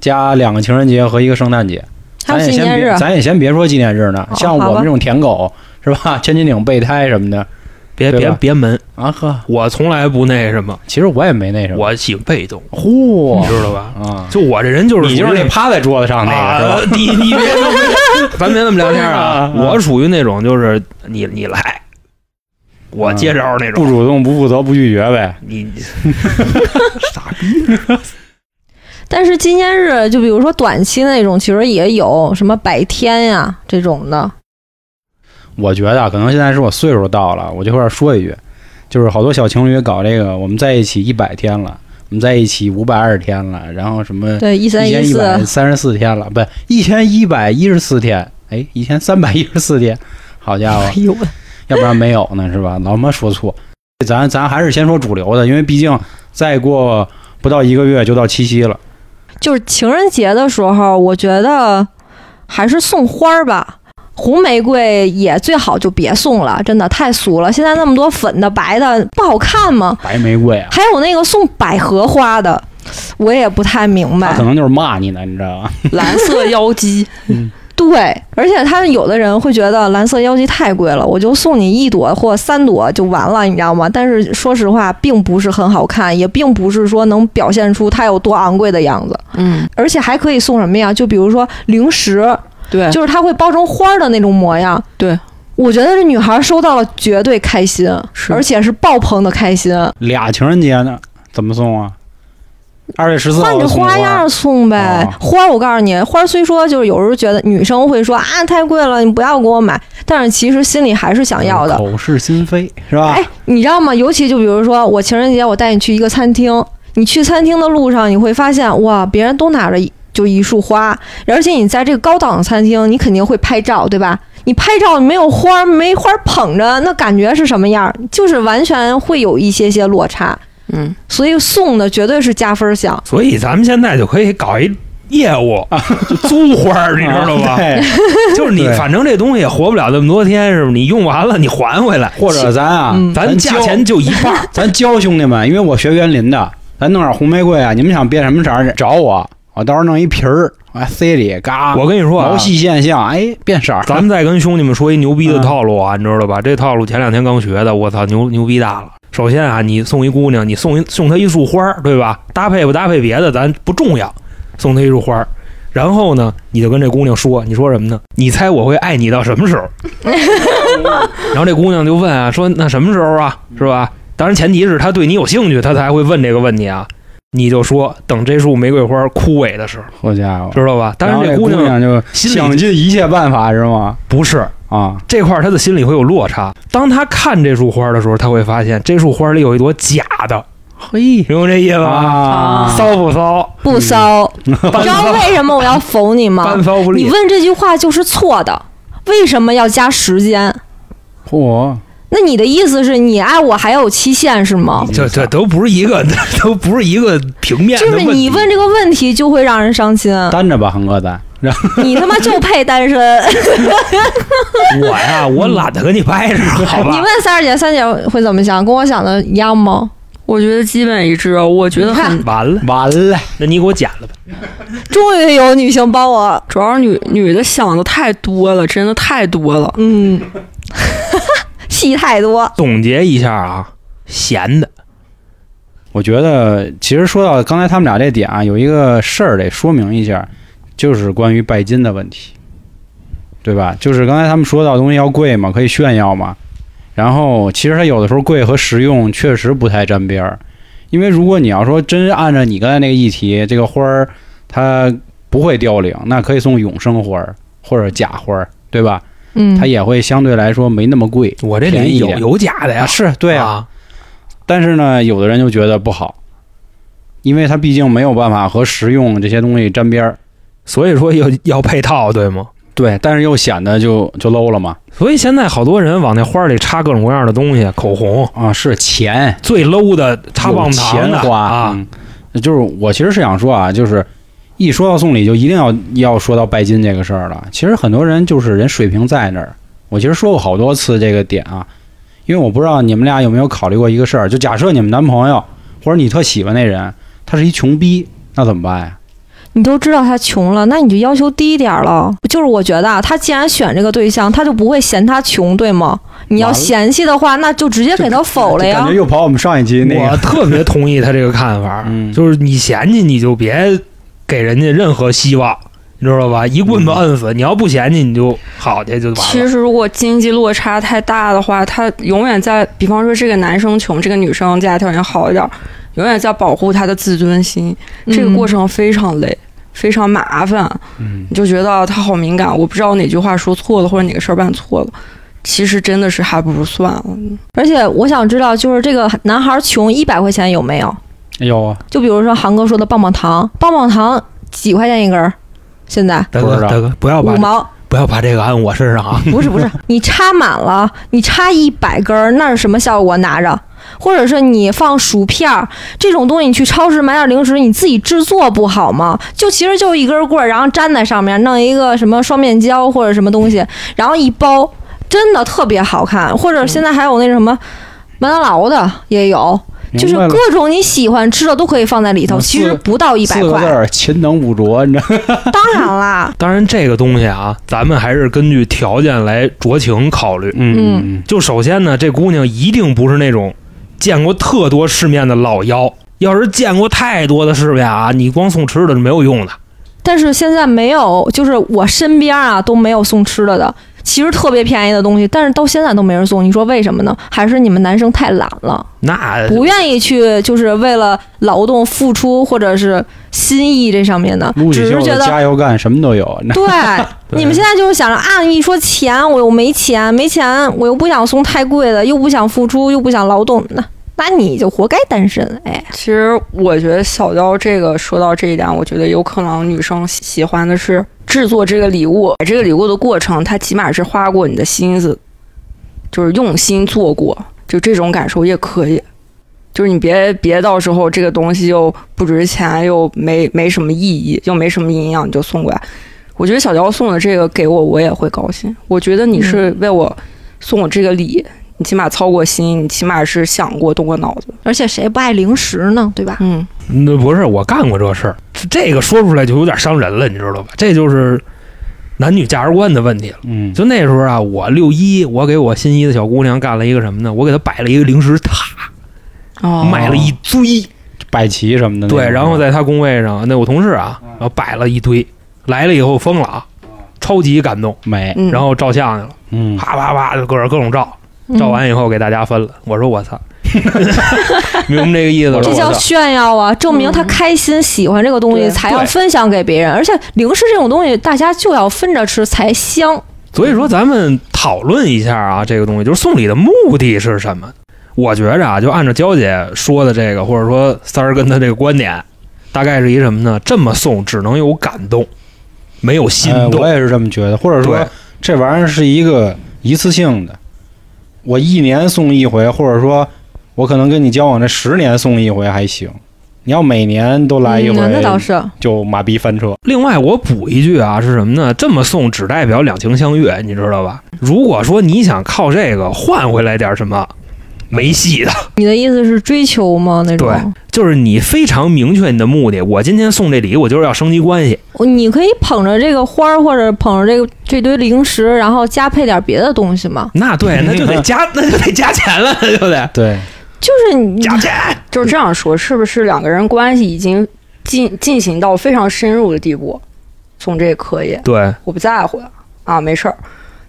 S1: 加两个情人节和一个圣诞节。
S4: 嗯还
S1: 咱
S4: 有
S1: 也
S4: 纪
S1: 先
S4: 念
S1: 别，
S4: 日，
S1: 咱也先别说纪念日呢，
S4: 哦
S1: 像
S4: 好
S1: 我
S4: 吧
S1: 们这种舔狗是吧？千斤顶备胎什么的
S2: 别
S1: 对
S2: 别
S1: 吧
S2: 别门，
S1: 啊呵，
S2: 我从来不那什么，
S1: 其实我也没那什么。
S2: 我喜欢被动，
S1: 嚯
S2: 你知道吧？
S1: 啊！
S2: 就我这人就是
S1: 你就是那趴在桌子上那个是吧？
S2: 啊，你你别这么 咱别这么聊天啊
S1: 啊！
S2: 我属于那种就是你你来，我接招那
S1: 啊不
S2: 种。
S1: 主动、不负责、不拒绝呗。
S2: 你你
S4: 但是纪念日就比如说短期那种，其实也有什么百天呀、这种的，
S1: 我觉得啊，可能现在是我岁数到了，我就会说一句，就是好多小情侣搞这个，我们在一起一百天了，我们在一起五百二十天了，然后什么
S4: 对，一三
S1: 一千一
S4: 四，
S1: 百三十四天了，不，一千一百一十四天，哎，一千三百一十四天，好家伙，
S4: 哎呦，
S1: 要不然没有呢，是吧？老他妈说错，咱咱还是先说主流的，因为毕竟再过不到一个月就到七夕了。
S4: 就是情人节的时候，我觉得还是送花儿吧。红玫瑰也最好就别送了，真的太俗了。现在那么多粉的、白的，不好看吗？
S1: 白玫瑰啊，
S4: 还有那个送百合花的，我也不太明
S1: 他
S4: 白
S1: 可。能就是骂你呢，你知道吧？
S3: 蓝色妖姬，
S4: 对，而且他们有的人会觉得蓝色妖姬太贵了，我就送你一朵或三朵就完了，你知道吗？但是说实话，并不是很好看，也并不是说能表现出它有多昂贵的样子。
S3: 嗯，
S4: 而且还可以送什么呀？就比如说零食，
S3: 对，
S4: 就是它会包成花儿的那种模样。
S3: 对，
S4: 我觉得这女孩收到了绝对开心，
S3: 是
S4: 而且是爆棚的开心，
S1: 俩情人节呢，怎么送啊？二月十四号
S4: 换着
S1: 送花
S4: 花样送呗。
S1: 哦
S4: 花儿，我告诉你，花儿虽说就是有时候觉得女生会说啊太贵了，你不要给我买，但是其实心里还是想要的。
S1: 口是心非是吧？啊
S4: 哎，你知道吗？尤其就比如说我情人节，我带你去一个餐厅，你去餐厅的路上，你会发现哇，别人都拿着一就一束花，而且你在这个高档的餐厅，你肯定会拍照，对吧？你拍照没有花，没花捧着，那感觉是什么样儿？就是完全会有一些些落差，
S3: 嗯，
S4: 所以送的绝对是加分项。
S2: 所以咱们现在就可以搞一业务，就租花儿，你知道
S1: 啊
S2: 吧？
S1: 对
S2: 就是你
S1: 对
S2: 反正这东西也活不了这么多天，是不是？你用完了你还回来，
S1: 或者咱啊，
S4: 嗯
S2: 咱价
S1: 交
S2: 钱就一半儿。
S1: 咱教兄弟们，因为我学园林的，咱弄点红玫瑰啊，你们想变什么色儿找我，我到时候弄一皮儿，我还塞里，嘎，
S2: 我跟你说啊
S1: 毛，细现象，哎，变色儿，
S2: 咱们再跟兄弟们说一牛逼的套路啊，你知道吧？这套路前两天刚学的，我操，牛牛逼大了。首先啊，你送一姑娘，你送一送她一束花儿，对吧？搭配不搭配别的，咱不重要，送她一束花儿。然后呢，你就跟这姑娘说，你说什么呢？你猜我会爱你到什么时候？然后这姑娘就问啊，说那什么时候啊，是吧？当然前提是她对你有兴趣，她才会问这个问题啊。你就说等这束玫瑰花枯萎的时候，
S1: 好家伙！
S2: 知道吧？当
S1: 然后
S2: 这
S1: 这
S2: 姑娘
S1: 娘就
S2: 心里
S1: 想尽一切办法是吗？
S2: 不是，
S1: 啊，
S2: 这块儿他的心里会有落差。当他看这束花的时候，他会发现这束花里有一朵假的，
S4: 哎
S1: 嘿
S2: 明白这意思吧？
S1: 啊，
S2: 骚不骚？
S4: 不骚，你
S2: 半
S4: 知道
S2: 骚
S4: 为什么我要否你 吗
S2: 半？骚不
S4: 啊你
S2: 利。
S4: 问这句话就是错的，为什么要加时间？
S1: 嚯，
S4: 那你的意思是你爱我还有期限是吗？
S2: 这这都不是一个， 都不是一个平 面
S4: 就
S2: 的
S4: 是
S2: 问
S4: 你
S2: 题。
S4: 问这个问题就会让人伤心，
S1: 单着吧，恒哥咱，然后
S4: 你他妈就配单身。
S2: 我呀， 我懒得跟你掰扯，好
S4: 你
S2: 吧？
S4: 问三儿姐，三姐会怎么想？跟我想的一样吗？
S3: 我觉得基本一致，我觉得
S4: 你
S3: 很
S4: 看，
S2: 完了，
S1: 完了，
S2: 那你给我剪了吧。
S4: 终于有女性帮我，
S3: 主要是女女的想的太多了，真的太多了，
S4: 嗯， 戏太多。
S2: 总结一下啊，闲的，
S1: 我觉得其实说到刚才他们俩这点啊，有一个事儿得说明一下，就是关于拜金的问题，对吧？就是刚才他们说到东西要贵嘛，可以炫耀嘛，然后其实它有的时候贵和实用确实不太沾边儿，因为如果你要说真按照你刚才那个议题，这个花儿它不会凋零，那可以送永生花儿或者假花儿，对吧？
S4: 嗯
S1: 它，也会相对来说没那么贵
S2: 我这
S1: 便
S2: 里
S1: 宜
S2: 有
S1: 点
S2: 有假的呀
S1: 啊，。是对啊。
S2: 啊，
S1: 但是呢，有的人就觉得不好，因为它毕竟没有办法和实用这些东西沾边儿。
S2: 所以说要要配套，对吗？
S1: 对，但是又显得就就 low 了嘛。
S2: 所以现在好多人往那花儿里插各种各样的东西，口红
S1: 啊，是钱，
S2: 最 low 的插棒
S1: 有
S2: 糖
S1: 钱
S2: 的
S1: 花
S2: 啊，
S1: 嗯就是我其实是想说啊，就是一说到送礼，就一定要要说到拜金这个事儿了。其实很多人就是人水平在那儿，我其实说过好多次这个点啊，因为我不知道你们俩有没有考虑过一个事儿，就假设你们男朋友或者你特喜欢那人，他是一穷逼，那怎么办呀？
S4: 你都知道她穷了，那你就要求低一点儿了。就是我觉得啊，她既然选这个对象，她就不会嫌他穷，对吗？你要
S1: 完了
S4: 嫌弃的话，那就直接给他否了
S1: 感
S4: 呀嗯
S1: 觉。又跑我们上一集那
S2: 我
S1: 个。，
S2: 特别同意他这个看法
S1: 嗯
S2: 就是你嫌弃你就别给人家任何希望，你知道吧？一
S1: 嗯
S2: 棍子摁死，你要不嫌弃你就好去就完
S3: 其
S2: 了。
S3: 实，如果经济落差太大的话，他永远在，比方说这个男生穷，这个女生家条件好一点，永远在保护他的自尊心。这个
S4: 嗯
S3: 过程非常累，非常麻烦。
S1: 嗯
S3: 你就觉得他好敏感，我不知道哪句话说错了，或者哪个事儿办错了。其实真的是还不如算了。
S4: 而且我想知道，就是这个男孩穷一百块钱有没有？
S2: 哎
S1: 有啊，
S4: 就比如说韩哥说的棒棒糖，棒棒糖几块钱一根儿，现在
S2: 大
S1: 不
S2: 哥
S1: 知道
S2: 大哥，不要把
S4: 五毛，
S2: 不要把这个按我身上 啊！
S4: 不是不是，你插满了，你插一百根儿，那是什么效果？拿着，或者是你放薯片儿这种东西，你去超市买点零食，你自己制作不好吗？就其实就一根棍儿，然后粘在上面，弄一个什么双面胶或者什么东西，然后一包，真的特别好看。或者现在还有那什么麦当劳的也有，就是
S1: 明白了
S4: 各种你喜欢吃的都可以放在里头，
S1: 嗯
S4: 其
S1: 四
S4: 实不到一百
S1: 四个字
S4: 块。
S1: 儿，勤能补拙，你知道吗？
S4: 当然啦，
S2: 当然，这个东西啊，咱们还是根据条件来酌情考虑。
S1: 嗯，
S2: 就首先呢，这姑娘一定不是那种见过特多世面的老妖。要是见过太多的世面啊，你光送吃的是没有用的。
S4: 但是现在没有，就是我身边啊都没有送吃的的。其实特别便宜的东西，但是到现在都没人送，你说为什么呢？还是你们男生太懒了，
S2: 那
S4: 不愿意去，就是为了劳动付出或者是心意这上面的，
S1: 撸起
S4: 只
S1: 袖
S4: 是觉
S1: 子
S4: 得
S1: 加油干，什么都有。那
S4: 对，你们现在就是想着啊，一说钱我又没钱，没钱我又不想送太贵的，又不想付出，又不想劳动，那那你就活该单身，哎，
S3: 其实我觉得小妖这个说到这一点，我觉得有可能女生喜喜欢的是制作这个礼物，买这个礼物的过程，它起码是花过你的心思，就是用心做过，就这种感受也可以。就是你别别到时候这个东西又不值钱，又没没什么意义，又没什么营养，你就送过来。我觉得小妖送的这个给我，我也会高兴。我觉得你是为我送我这个礼，你起码操过心，你起码是想过动过脑子。
S4: 而且谁不爱零食呢，对吧？
S3: 嗯，
S2: 那不是我干过这事儿，这个说出来就有点伤人了，你知道吧？这就是男女价值观的问题了。
S1: 嗯，
S2: 就那时候啊，我六一，我给我心仪的小姑娘干了一个什么呢？我给她摆了一个零食塔，
S3: 哦嗯
S2: 买了一堆，
S1: 摆旗什么的那种。
S2: 对，然后在她工位上，那我同事啊，然后摆了一堆，来了以后疯了啊，超级感动，
S1: 美，
S3: 嗯
S2: 然后照相去了，
S1: 嗯，
S2: 啪啪啪就各种各种
S4: 嗯
S2: 照，照完以后给大家分了。我说我 操，明白这个意思吧？
S4: 这叫
S2: 我操
S4: 炫耀啊！证明他
S3: 嗯
S4: 开心、喜欢这个东西，
S3: 对
S4: 才要
S2: 对
S4: 分享给别人。而且零食这种东西，大家就要分着吃才香。
S2: 所以说，咱们讨论一下啊，这个东西就是送礼的目的是什么？我觉着啊，就按照娇姐说的这个，或者说三儿跟她这个观点，大概是一什么呢？这么送只能有感动，没有心
S1: 哎
S2: 动。
S1: 我也是这么觉得，或者说
S2: 对
S1: 这玩意儿是一个一次性的，我一年送一回，或者说我可能跟你交往这十年送一回还行。你要每年都来一回，
S4: 嗯，那倒是。
S1: 就马逼翻车。
S2: 另外，我补一句啊，是什么呢？这么送只代表两情相悦，你知道吧？如果说你想靠这个换回来点什么，没戏的。
S4: 你的意思是追求吗？那种
S2: 对，就是你非常明确你的目的，我今天送这礼，我就是要升级关系。
S4: 我你可以捧着这个花儿，或者捧着这个这堆零食，然后加配点别的东西嘛。
S2: 那对，那就得加，那就得加钱了，那就得
S1: 对，
S4: 就是你
S2: 加钱。
S3: 就是这样说，是不是两个人关系已经进进行到非常深入的地步？送这个可以，
S2: 对，
S3: 我不在乎了啊，没事儿，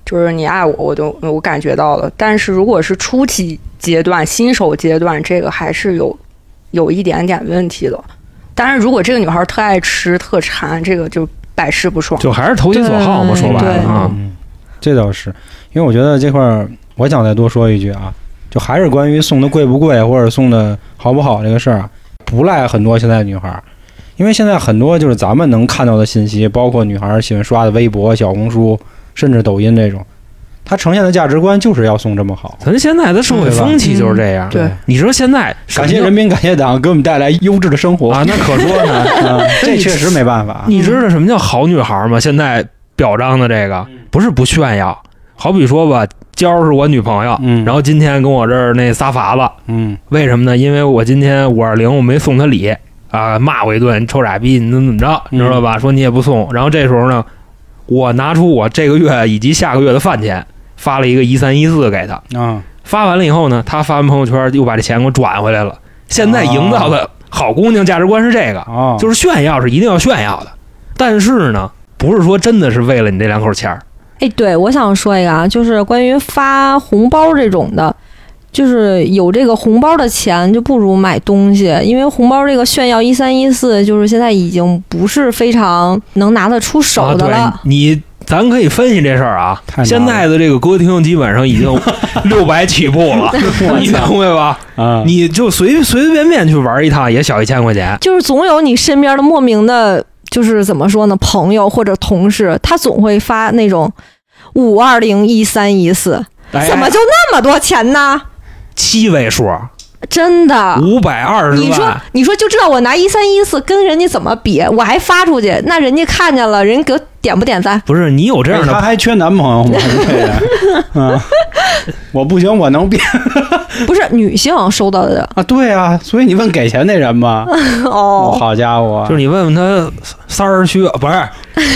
S3: 就是你爱我，我都我感觉到了。但是如果是初期阶段、新手阶段，这个还是有有一点点问题的。当然，如果这个女孩特爱吃、特馋，这个就百试不爽。
S2: 就还是投其所好嘛，
S4: 对
S2: 说白了
S4: 对
S2: 啊，
S1: 嗯，这倒是，因为我觉得这块儿，我想再多说一句啊，就还是关于送的贵不贵，或者送的好不好这个事儿啊，不赖很多现在女孩儿，因为现在很多就是咱们能看到的信息，包括女孩儿喜欢刷的微博、小红书，甚至抖音这种，它呈现的价值观就是要送这么好。
S2: 咱现在的社会风气就是这样。
S3: 对，
S2: 嗯你说现在
S1: 感谢人民，感谢党，给我们带来优质的生活
S2: 啊，那可 说呢。
S1: 啊这确实没办法。啊
S2: 你知道什么叫好女孩吗？现在表彰的这个
S4: 嗯
S2: 不是不炫耀，好比说吧，娇儿是我女朋友，
S1: 嗯，
S2: 然
S1: 后
S2: 后今天跟我这儿那撒法子，
S1: 嗯，
S2: 为什么呢？因为我今天五二零我没送她礼啊，骂我一顿，你臭傻逼，你怎么怎么着，你知道吧？说你也不送，然后这时候呢，我拿出我这个月以及下个月的饭钱，发了一个一三一四给她。
S1: 啊，
S2: 发完了以后呢，她发完朋友圈又把这钱给我转回来了。现在营造的好姑娘价值观是这个，
S1: 哦，
S2: 就是炫耀是一定要炫耀的，但是呢，不是说真的是为了你这两口钱儿。
S4: 哎，对，我想说一个啊，就是关于发红包这种的，就是有这个红包的钱，就不如买东西，因为红包这个炫耀一三一四，就是现在已经不是非常能拿得出手
S2: 啊，
S4: 的
S2: 对
S4: 了。，
S2: 你咱可以分析这事儿啊
S1: 太难。了
S2: 现在的这个歌厅基本上已经六百起步 了， 你明白吧？
S1: 啊，
S2: 你就随随随便便去玩一趟也小一千块钱。
S4: 就是总有你身边的莫名的，就是怎么说呢，朋友或者同事，他总会发那种五二零一三一四，
S2: 哎
S4: 怎么就那么多钱呢？
S2: 七位数？
S4: 真的。
S2: 五百二十
S4: 你说
S2: 万，，
S4: 你说就知道我拿一三一四跟人家怎么比，我还发出去，那人家看见了，人给我点不点赞？
S2: 不是你有这样
S1: 哎他
S2: 的，
S1: 还缺男朋 友吗？这人，嗯，我不行，我能变
S4: 不是女性收到的
S1: 啊？对啊，所以你问给钱那人吧。我
S4: 哦，
S1: 好家伙，
S2: 就是你问问他三儿需 要不是？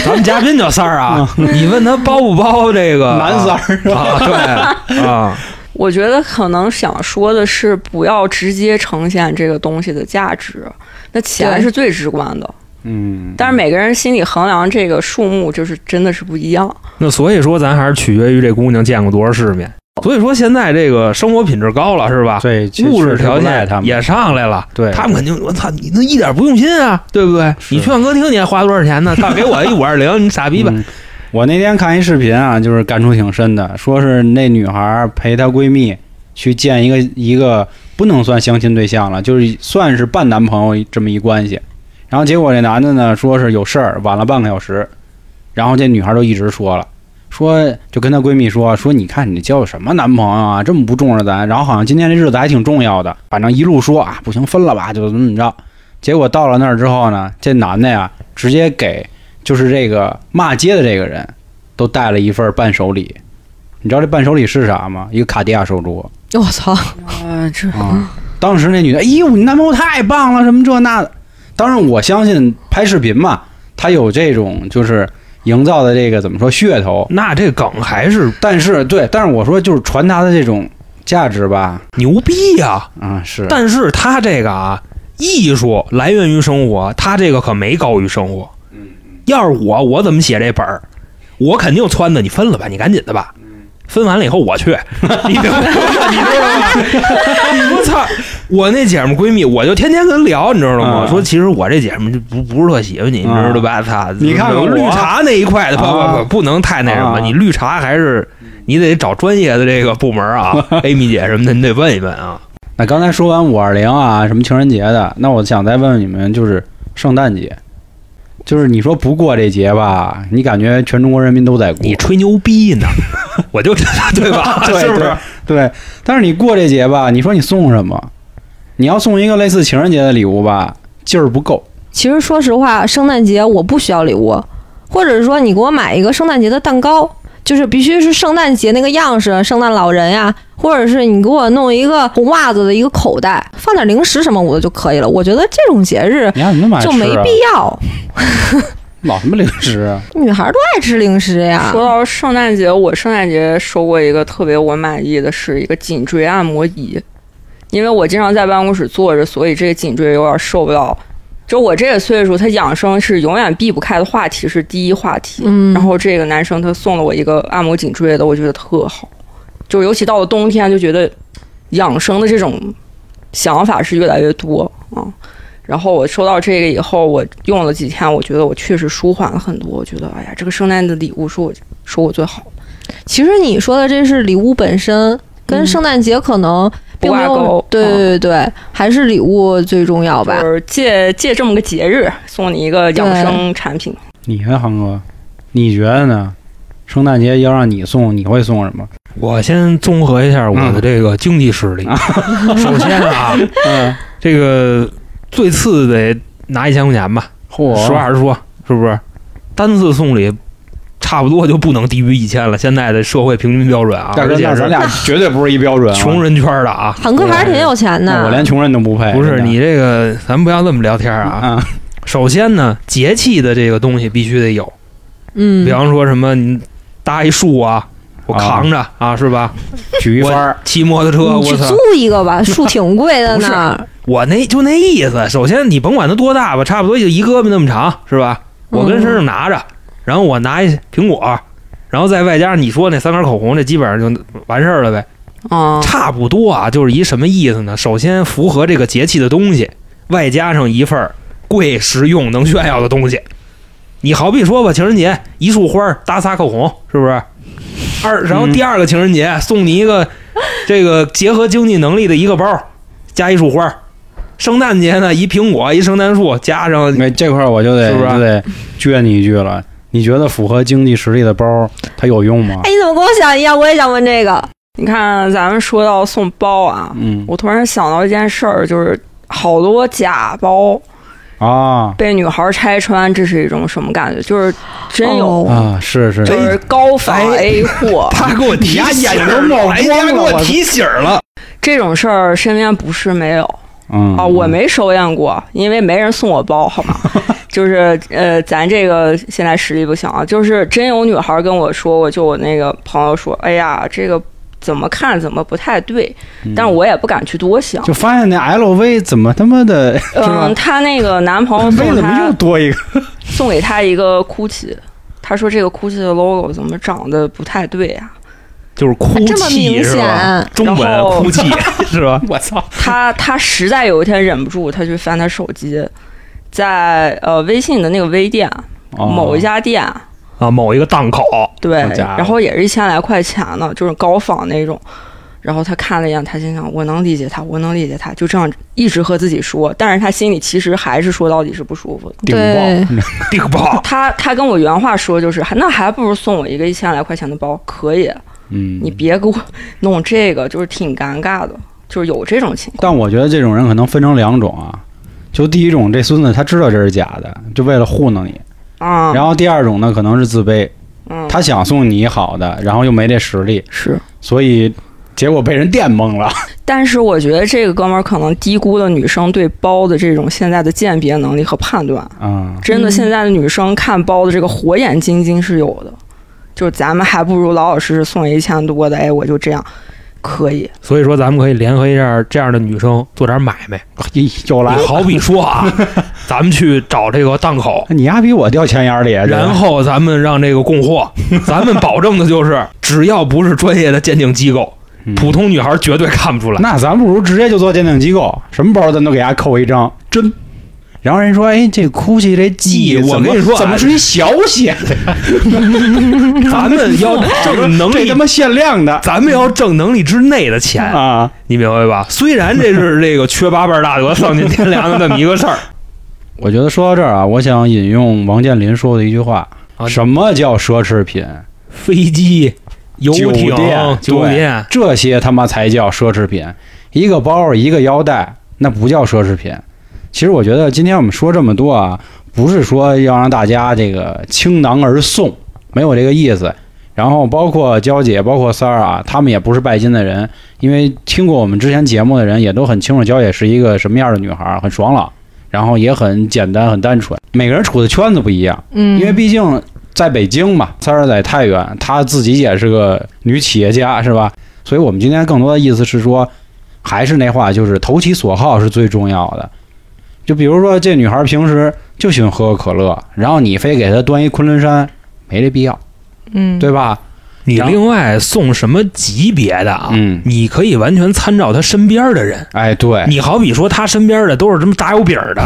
S2: 咱们嘉宾叫三儿啊，你问他包不包这个
S1: 嗯 男三儿是吧？
S2: 啊？对啊，
S3: 我觉得可能想说的是，不要直接呈现这个东西的价值，那钱
S4: 对
S3: 是最直观的。
S1: 嗯，
S3: 但是每个人心里衡量这个数目，就是真的是不一样。
S2: 那所以说，咱还是取决于这姑娘见过多少世面。所以说，现在这个生活品质高了，是吧？
S1: 对，其实
S2: 物质
S1: 确实
S2: 条
S1: 不赖
S2: 件
S1: 他们
S2: 也上来了，
S1: 对
S2: 他们肯定我操，你那一点不用心啊，对不对？
S1: 是
S2: 你去唱歌厅你还花多少钱呢？他给我一五二零，你傻逼吧？
S1: 嗯我那天看一视频啊，就是感触挺深的，说是那女孩陪她闺蜜去见一个一个不能算相亲对象了，就是算是半男朋友这么一关系。然后结果这男的呢，说是有事儿晚了半个小时，然后这女孩就一直说了，说就跟她闺蜜说说你看你交的什么男朋友啊，这么不重视咱，然后好像今天这日子还挺重要的，反正一路说啊不行分了吧，就怎么怎么着。结果到了那儿之后呢，这男的呀直接给就是这个骂街的这个人都带了一份伴手礼。你知道这伴手礼是啥吗？一个卡地亚手镯
S4: 我操，
S3: 啊，这
S1: 啊！当时那女的，哎呦，你男朋友太棒了，什么这那的。当然，我相信拍视频嘛，他有这种就是营造的这个怎么说噱头。
S2: 那这梗还是
S1: 但是对，但是我说就是传达的这种价值吧，
S2: 牛逼呀、
S1: 啊、是，
S2: 但是他这个啊，艺术来源于生活，他这个可没高于生活。
S1: 嗯
S2: 要是我，我怎么写这本儿？我肯定撺掇你分了吧，你赶紧的吧。
S1: 嗯
S2: 分完了以后 我去，你明白吗？你知道吗？我操！我那姐们闺蜜，我就天天跟她聊，你知道吗？
S1: 嗯
S2: 说其实我这姐们就不不是特喜欢你，你
S1: 嗯
S2: 知道吧？操！
S1: 你看看我
S2: 绿茶那一块的，不不
S1: 啊
S2: 不，不能太那什么。
S1: 啊
S2: 你绿茶还是你得找专业的这个部门 啊，Amy 姐什么的，你得问一问啊。
S1: 那刚才说完五二零啊，什么情人节的，那我想再问问你们，就是圣诞节，就是你说不过这节吧，你感觉全中国人民都在过，
S2: 你吹牛 逼呢，我就对吧？
S1: 对
S2: 是不是
S1: 对？对，但是你过这节吧，你说你送什么？你要送一个类似情人节的礼物吧，劲儿不够。
S4: 其实说实话，圣诞节我不需要礼物，或者说你给我买一个圣诞节的蛋糕，就是必须是圣诞节那个样式，圣诞老人呀、或者是你给我弄一个红袜子的一个口袋，放点零食什么我的就可以了。我觉得这种节日
S1: 你看你那么爱吃、
S4: 就
S1: 啊，
S4: 没必要，
S1: 老什么零食啊，
S4: 女孩都爱吃零食呀
S3: 说。到圣诞节，我圣诞节收过一个特别我满意的是一个颈椎按摩仪，因为我经常在办公室坐着，所以这个颈椎有点受不了。就我这个岁数，他养生是永远避不开的话题，是第一话题。
S4: 嗯
S3: 然后这个男生他送了我一个按摩颈椎的，我觉得特好。就尤其到了冬天，就觉得养生的这种想法是越来越多啊。然后我收到这个以后，我用了几天，我觉得我确实舒缓了很多。我觉得，哎呀，这个圣诞的礼物是我收我最好的，
S4: 其实你说的这是礼物本身，跟
S3: 嗯
S4: 圣诞节可能并没
S3: 不挂
S4: 有
S3: 钩。嗯
S4: 对对对对，还是礼物最重要吧
S3: 就。是借借这么个节日送你一个养生产品。
S1: 你看航哥，你觉得呢？圣诞节要让你送，你会送什么？
S2: 我先综合一下我的
S1: 嗯
S2: 这个经济 实力。首先啊，
S1: 嗯，
S2: 这个最次得拿一千块钱吧，
S1: 嚯，
S2: 实话实说，是不是？单次送礼差不多就不能低于一千了，现在的社会平均标准啊，
S1: 大哥，
S2: 而且
S1: 那咱
S2: 是
S1: 俩 绝对不是一标准、啊。
S2: 穷人圈的啊。
S4: 韩哥还是挺有钱
S1: 那我
S4: 的
S1: 连，穷人都不配。
S2: 不是
S1: 哎真的
S2: 你这个，咱不要这么聊天啊。
S1: 啊，
S2: 首先呢，节气的这个东西必须得有，
S4: 嗯
S2: 比，方说什么你搭一树啊，我
S1: 啊
S2: 扛着啊，是吧？
S1: 举一番儿，
S2: 骑摩托车，
S4: 你去
S2: 我操
S4: 租！一个 吧，树挺贵的
S2: 不是
S4: 呢。
S2: 我那就那意思。首先，你甭管它多大吧，差不多就一胳膊那么长，是吧？
S4: 嗯
S2: 我跟身上拿着，然后我拿一苹果，然后再外加上你说那三根口红，这基本上就完事儿了呗。
S4: 嗯
S3: 啊，
S2: 差不多啊，就是一什么意思呢？首先符合这个节气的东西，外加上一份儿贵实用能炫耀的东西，你好比说吧，情人节一束花儿搭仨口红，是不是？二，然后第二个情人节、送你一个这个结合经济能力的一个包，加一束花儿。圣诞节呢，一苹果，一圣诞树，加上
S1: 那这块儿我就得
S2: 是不是
S1: 就得撅你一句了。你觉得符合经济实力的包，它有用吗
S4: 哎，？你怎么跟我想一样？我也想问这个。
S3: 你看，咱们说到送包啊，
S1: 嗯
S3: 我突然想到一件事儿，就是好多假包
S1: 啊
S3: 被女孩拆穿，这是一种什么感觉？就是真有，
S4: 哦
S1: 啊，是是，
S3: 就是高仿
S2: 哎
S3: A 货、
S2: 他给我提
S1: 你
S2: 醒
S1: 俩
S2: 儿
S1: 眼睛都冒光了
S2: 哎你俩给
S1: 我
S2: 我
S1: 操
S2: 提醒儿了。
S3: 这种事儿，身边不是没有。
S1: 嗯
S3: 啊，我没收验过，因为没人送我包，好吗？ 就是呃，咱这个现在实力不行啊，就是真有女孩跟我说，我就我那个朋友说，哎呀，这个怎么看怎么不太对，但是我也不敢去多想。
S1: 嗯就发现那 LV 怎么他妈的吧哎
S3: 嗯，她那个男朋友
S1: 为
S3: 送
S1: 怎么又
S3: 她
S1: 多一个？
S3: 送给她一个 GUCCI，她说这个 GUCCI 的 logo 怎么长得不太对啊？
S2: 就是哭泣
S4: 这么明
S2: 是吧
S4: 显？
S2: 中文
S3: 然后
S2: 哭 泣是吧？啊我操！
S3: 她她实在有一天忍不住，她去翻她手机，在呃微信的那个微店
S1: 哦
S3: 某一家店。
S2: 啊，某一个档口，
S3: 对，
S1: 好家伙
S3: 然后也是一千来块钱呢，就是高仿那种。然后他看了一眼，他心想：我能理解他，我能理解他，就这样一直和自己说。但是他心里其实还是说到底是不舒服的。
S2: 顶
S4: 对，
S2: 顶爆，
S3: 他他跟我原话说就是，还那还不如送我一个一千来块钱的包，可以，
S1: 嗯，
S3: 你别给我 弄这个，就是挺尴尬的，就是有这种情况。
S1: 但我觉得这种人可能分成两种啊，就第一种，这孙子他知道这是假的，就为了糊弄你；
S3: 啊、
S1: 然
S3: 后
S1: 后第二种呢，可能是自卑，
S3: 嗯，
S1: 他想送你好的，然后又没这实力，
S3: 是，
S1: 所以结果被人电懵了。
S3: 但是我觉得这个哥们儿可能低估了女生对包的这种现在的鉴别能力和判断。
S1: 嗯，
S3: 真的，
S4: 嗯
S3: 现在的女生看包的这个火眼金睛是有的，就是咱们还不如老老实实送一千多的，哎，我就这样，可以。
S2: 所以说咱们可以联合一下这样的女生做点买卖。
S1: 咦又来
S2: 你
S1: 了，
S2: 好比 说啊，咱们去找这个档口，
S1: 你丫比我掉钱眼里。啊
S2: 然后咱们让这个供 货，咱们保证的就是，只要不是专业的鉴定机构，
S1: 嗯
S2: 普通女孩绝对看不出来。
S1: 那咱不如直接就做鉴定机构，什么包咱都给丫扣一张，真。然后人说：“哎，这哭泣这
S2: 记
S1: 记，
S2: 我
S1: 怎么
S2: 跟你说啊
S1: 怎么是一小写的？
S2: 咱们要挣能
S1: 这
S2: 力哎
S1: 他，妈限量的
S2: 咱们要挣能力之内的钱，
S1: 啊！
S2: 你明白吧？虽然这是这个缺八瓣大德丧尽天良的这么一个事儿，
S1: 我觉得说到这儿啊，我想引用王健林说的一句话：“
S2: 啊
S1: 什么叫奢侈品？
S2: 飞机、游艇、
S1: 酒店
S2: 酒店，
S1: 这些他妈才叫奢侈品！一个包，一个腰带，那不叫奢侈品。”其实我觉得今天我们说这么多啊，不是说要让大家这个倾囊而送，没有这个意思。然后包括娇姐，包括三儿啊，他们也不是拜金的人，因为听过我们之前节目的人也都很清楚，娇姐是一个什么样的女孩儿，很爽朗，然后也很简单、很单纯。每个人处的圈子不一样。
S4: 嗯，
S1: 因为毕竟在北京嘛，三儿在太原，她自己也是个女企业家，是吧？所以我们今天更多的意思是说，还是那话，就是投其所好是最重要的。就比如说，这女孩平时就喜欢喝可乐，然后你非给她端一昆仑山，没这必要，
S4: 嗯，
S1: 对吧？
S2: 你另外送什么级别的啊？
S1: 嗯
S2: 你可以完全参照他身边的人。
S1: 哎，对，
S2: 你好比说他身边的都是什么炸油饼 儿的，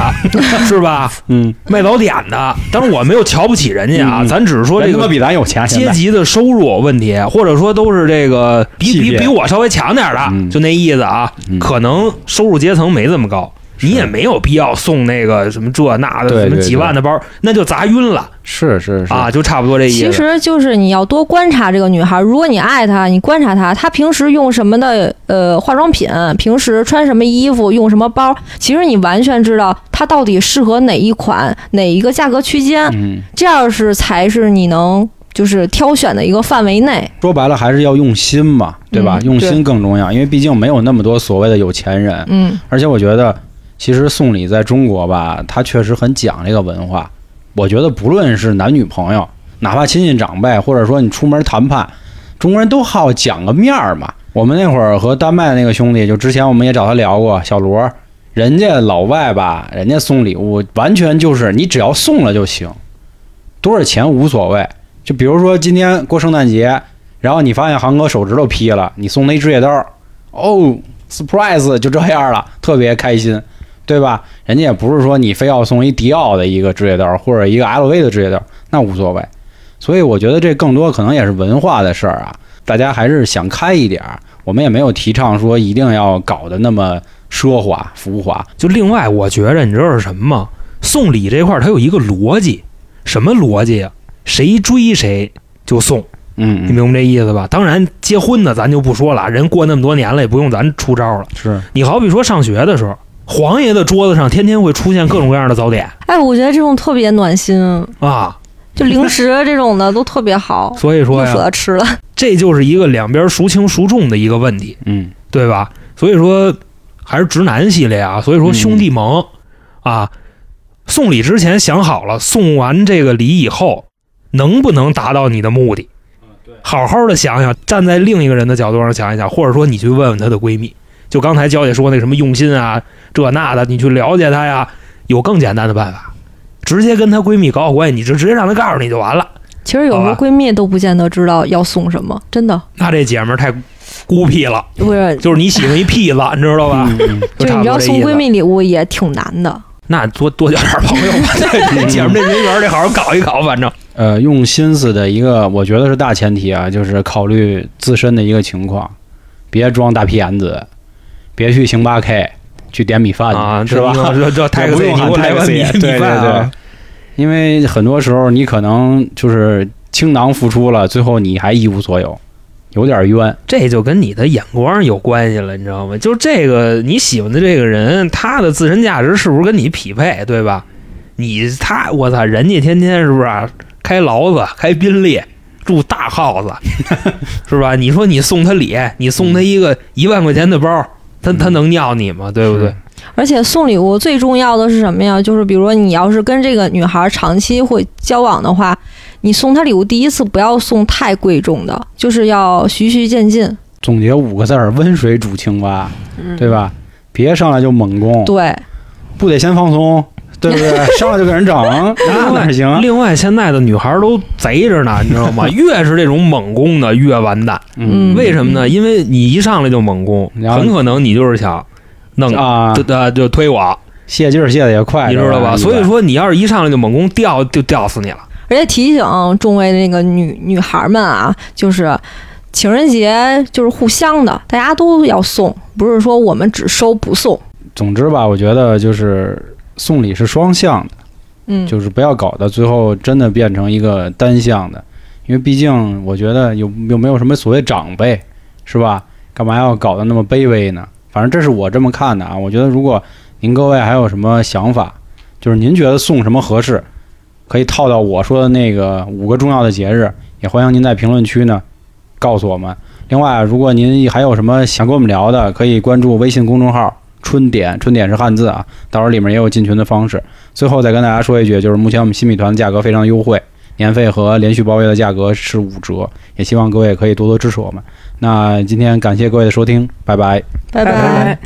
S2: 是吧？
S1: 嗯，
S2: 卖早点的，当然我没有瞧不起人家啊，
S1: 嗯嗯
S2: 咱只是说这
S1: 人他妈
S2: 个
S1: 比咱有钱，现
S2: 阶
S1: 在
S2: 级的收入问题，或者说都是这个比
S1: 级
S2: 比
S1: 别
S2: 比我稍微强点儿的，
S1: 嗯
S2: 就那意思啊。
S1: 嗯
S2: 可能收入阶层没这么高，你也没有必要送那个什么这那的
S1: 对
S2: 什么
S1: 对
S2: 几万的包，那就砸晕了
S1: 是是是
S2: 啊，就差不多这意思。
S4: 其实就是你要多观察这个女孩儿。如果你爱她，你观察她，她平时用什么的呃化妆品，平时穿什么衣服，用什么包，其实你完全知道她到底适合哪一款，哪一个价格区间，
S1: 嗯，
S4: 这样是才是你能就是挑选的一个范围内。
S1: 说白了还是要用心嘛，对吧？
S4: 嗯
S1: 用
S3: 对
S1: 心更重要，因为毕竟没有那么多所谓的有钱人，
S4: 嗯，
S1: 而且我觉得，其实送礼在中国吧，它确实很讲这个文化。我觉得不论是男女朋友，哪怕亲近长辈，或者说你出门谈判，中国人都好讲个面儿嘛。我们那会儿和丹麦那个兄弟，就之前我们也找他聊过，小罗，人家老外吧，人家送礼物完全就是你只要送了就行，多少钱无所谓。就比如说今天过圣诞节，然后你发现航哥手指头劈了，你送他一指甲刀，哦，surprise 就这样了，特别开心。对吧？人家也不是说你非要送一迪奥的一个指甲刀或者一个 LV 的指甲刀，那无所谓。所以我觉得这更多可能也是文化的事儿啊，大家还是想开一点儿。我们也没有提倡说一定要搞得那么奢华浮华，
S2: 就另外，我觉着你知道是什么吗？送礼这块儿它有一个逻辑，什么逻辑呀、谁追谁就送，
S1: 嗯，
S2: 你明白这意思吧？当然，结婚的咱就不说了，人过那么多年了，也不用咱出招了。
S1: 是
S2: 你好比说上学的时候，黄爷的桌子上天天会出现各种各样的早点
S4: 哎，我觉得这种特别暖心，
S2: 啊，
S4: 就零食这种的都特别好，
S2: 所以
S4: 不
S2: 说
S4: 舍
S2: 呀，
S4: 得吃了。
S2: 这就是一个两边孰轻孰重的一个问题。
S1: 嗯，
S2: 对吧？所以说还是直男系列啊，所以说兄弟盟、啊，送礼之前想好了，送完这个礼以后能不能达到你的目的？好好的想想，站在另一个人的角度上想一想，或者说你去问问她的闺蜜，就刚才娇姐说那什么用心啊，这那的，你去了解她呀，有更简单的办法，直接跟她闺蜜搞好关系，你就直接让她告诉你就完了。
S4: 其实有时候
S2: 好吧
S4: 闺蜜都不见得知道要送什么，真的
S2: 那这姐们儿太孤僻了，
S4: 不是。
S2: 就是你喜欢一屁子，你知道吧？
S1: 嗯嗯
S4: 就是
S2: 差不
S4: 你知道
S2: 多这
S4: 送
S2: 意思
S4: 闺蜜礼物也挺难的，
S2: 那多多交点朋友 吧，姐们这人缘得好好搞一搞，反正
S1: 呃，用心思的一个，我觉得是大前提啊，就是考虑自身的一个情况，别装大屁眼子，别去星巴克去点米饭去
S2: 啊，
S1: 是吧？
S2: 这这太
S1: 也不
S2: 给
S1: 用
S2: 你给
S1: 喊
S2: 我来碗
S1: taxi，
S2: 米
S1: 对
S2: 米
S1: 对
S2: 饭
S1: 对
S2: 啊，，
S1: 因为很多时候你可能就是倾囊付出了，最后你还一无所有，有点冤。
S2: 这就跟你的眼光有关系了，你知道吗？就这个你喜欢的这个人，他的自身价值是不是跟你匹配，对吧？你他我操，人家天天是不是啊开劳子、开宾利、住 大 house，是吧？你说你送他礼，你送
S1: 嗯
S2: 他一个一万块钱的包，他他能要你吗？对不对？
S4: 而且送礼物最重要的是什么呀？就是比如说你要是跟这个女孩长期会交往的话，你送她礼物第一次不要送太贵重的，就是要循序渐进。
S1: 总结五个字儿：温水煮青蛙，
S3: 嗯，
S1: 对吧？别上来就猛攻，
S4: 对，
S1: 不得先放松，对不对？ 上来就给人整，那哪行？啊
S2: 另外，现在的女孩都贼着呢，你知道 吗？越是这种猛攻的，越完蛋。
S4: 嗯
S2: 为什么呢？因为你一上来就猛攻，
S1: 然后
S2: 很可能你就是想弄，
S1: 啊，
S2: 就呃就推我，
S1: 泄劲儿泄的也快，
S2: 你知
S1: 这
S2: 道吧？
S1: 玩意儿
S2: 所以说，你要是一上来就猛攻，吊就吊死你了。
S4: 而且提醒众位那个女女孩们啊，就是情人节就是互相的，大家都要送，不是说我们只收不送。
S1: 总之吧，我觉得就是送礼是双向的，
S4: 嗯，
S1: 就是不要搞到最后真的变成一个单向的，因为毕竟我觉得有有没有什么所谓长辈，是吧？干嘛要搞得那么卑微呢？反正这是我这么看的啊。我觉得如果您各位还有什么想法，就是您觉得送什么合适，可以套到我说的那个五个重要的节日，也欢迎您在评论区呢告诉我们。另外，如果您还有什么想跟我们聊的，可以关注微信公众号“春点”，春点是汉字啊，到时候里面也有进群的方式。最后再跟大家说一句，就是目前我们新米团的价格非常优惠，年费和连续包月的价格是五折，也希望各位可以多多支持我们。那今天感谢各位的收听，拜拜。
S4: 拜
S3: 拜
S4: 拜
S3: 拜。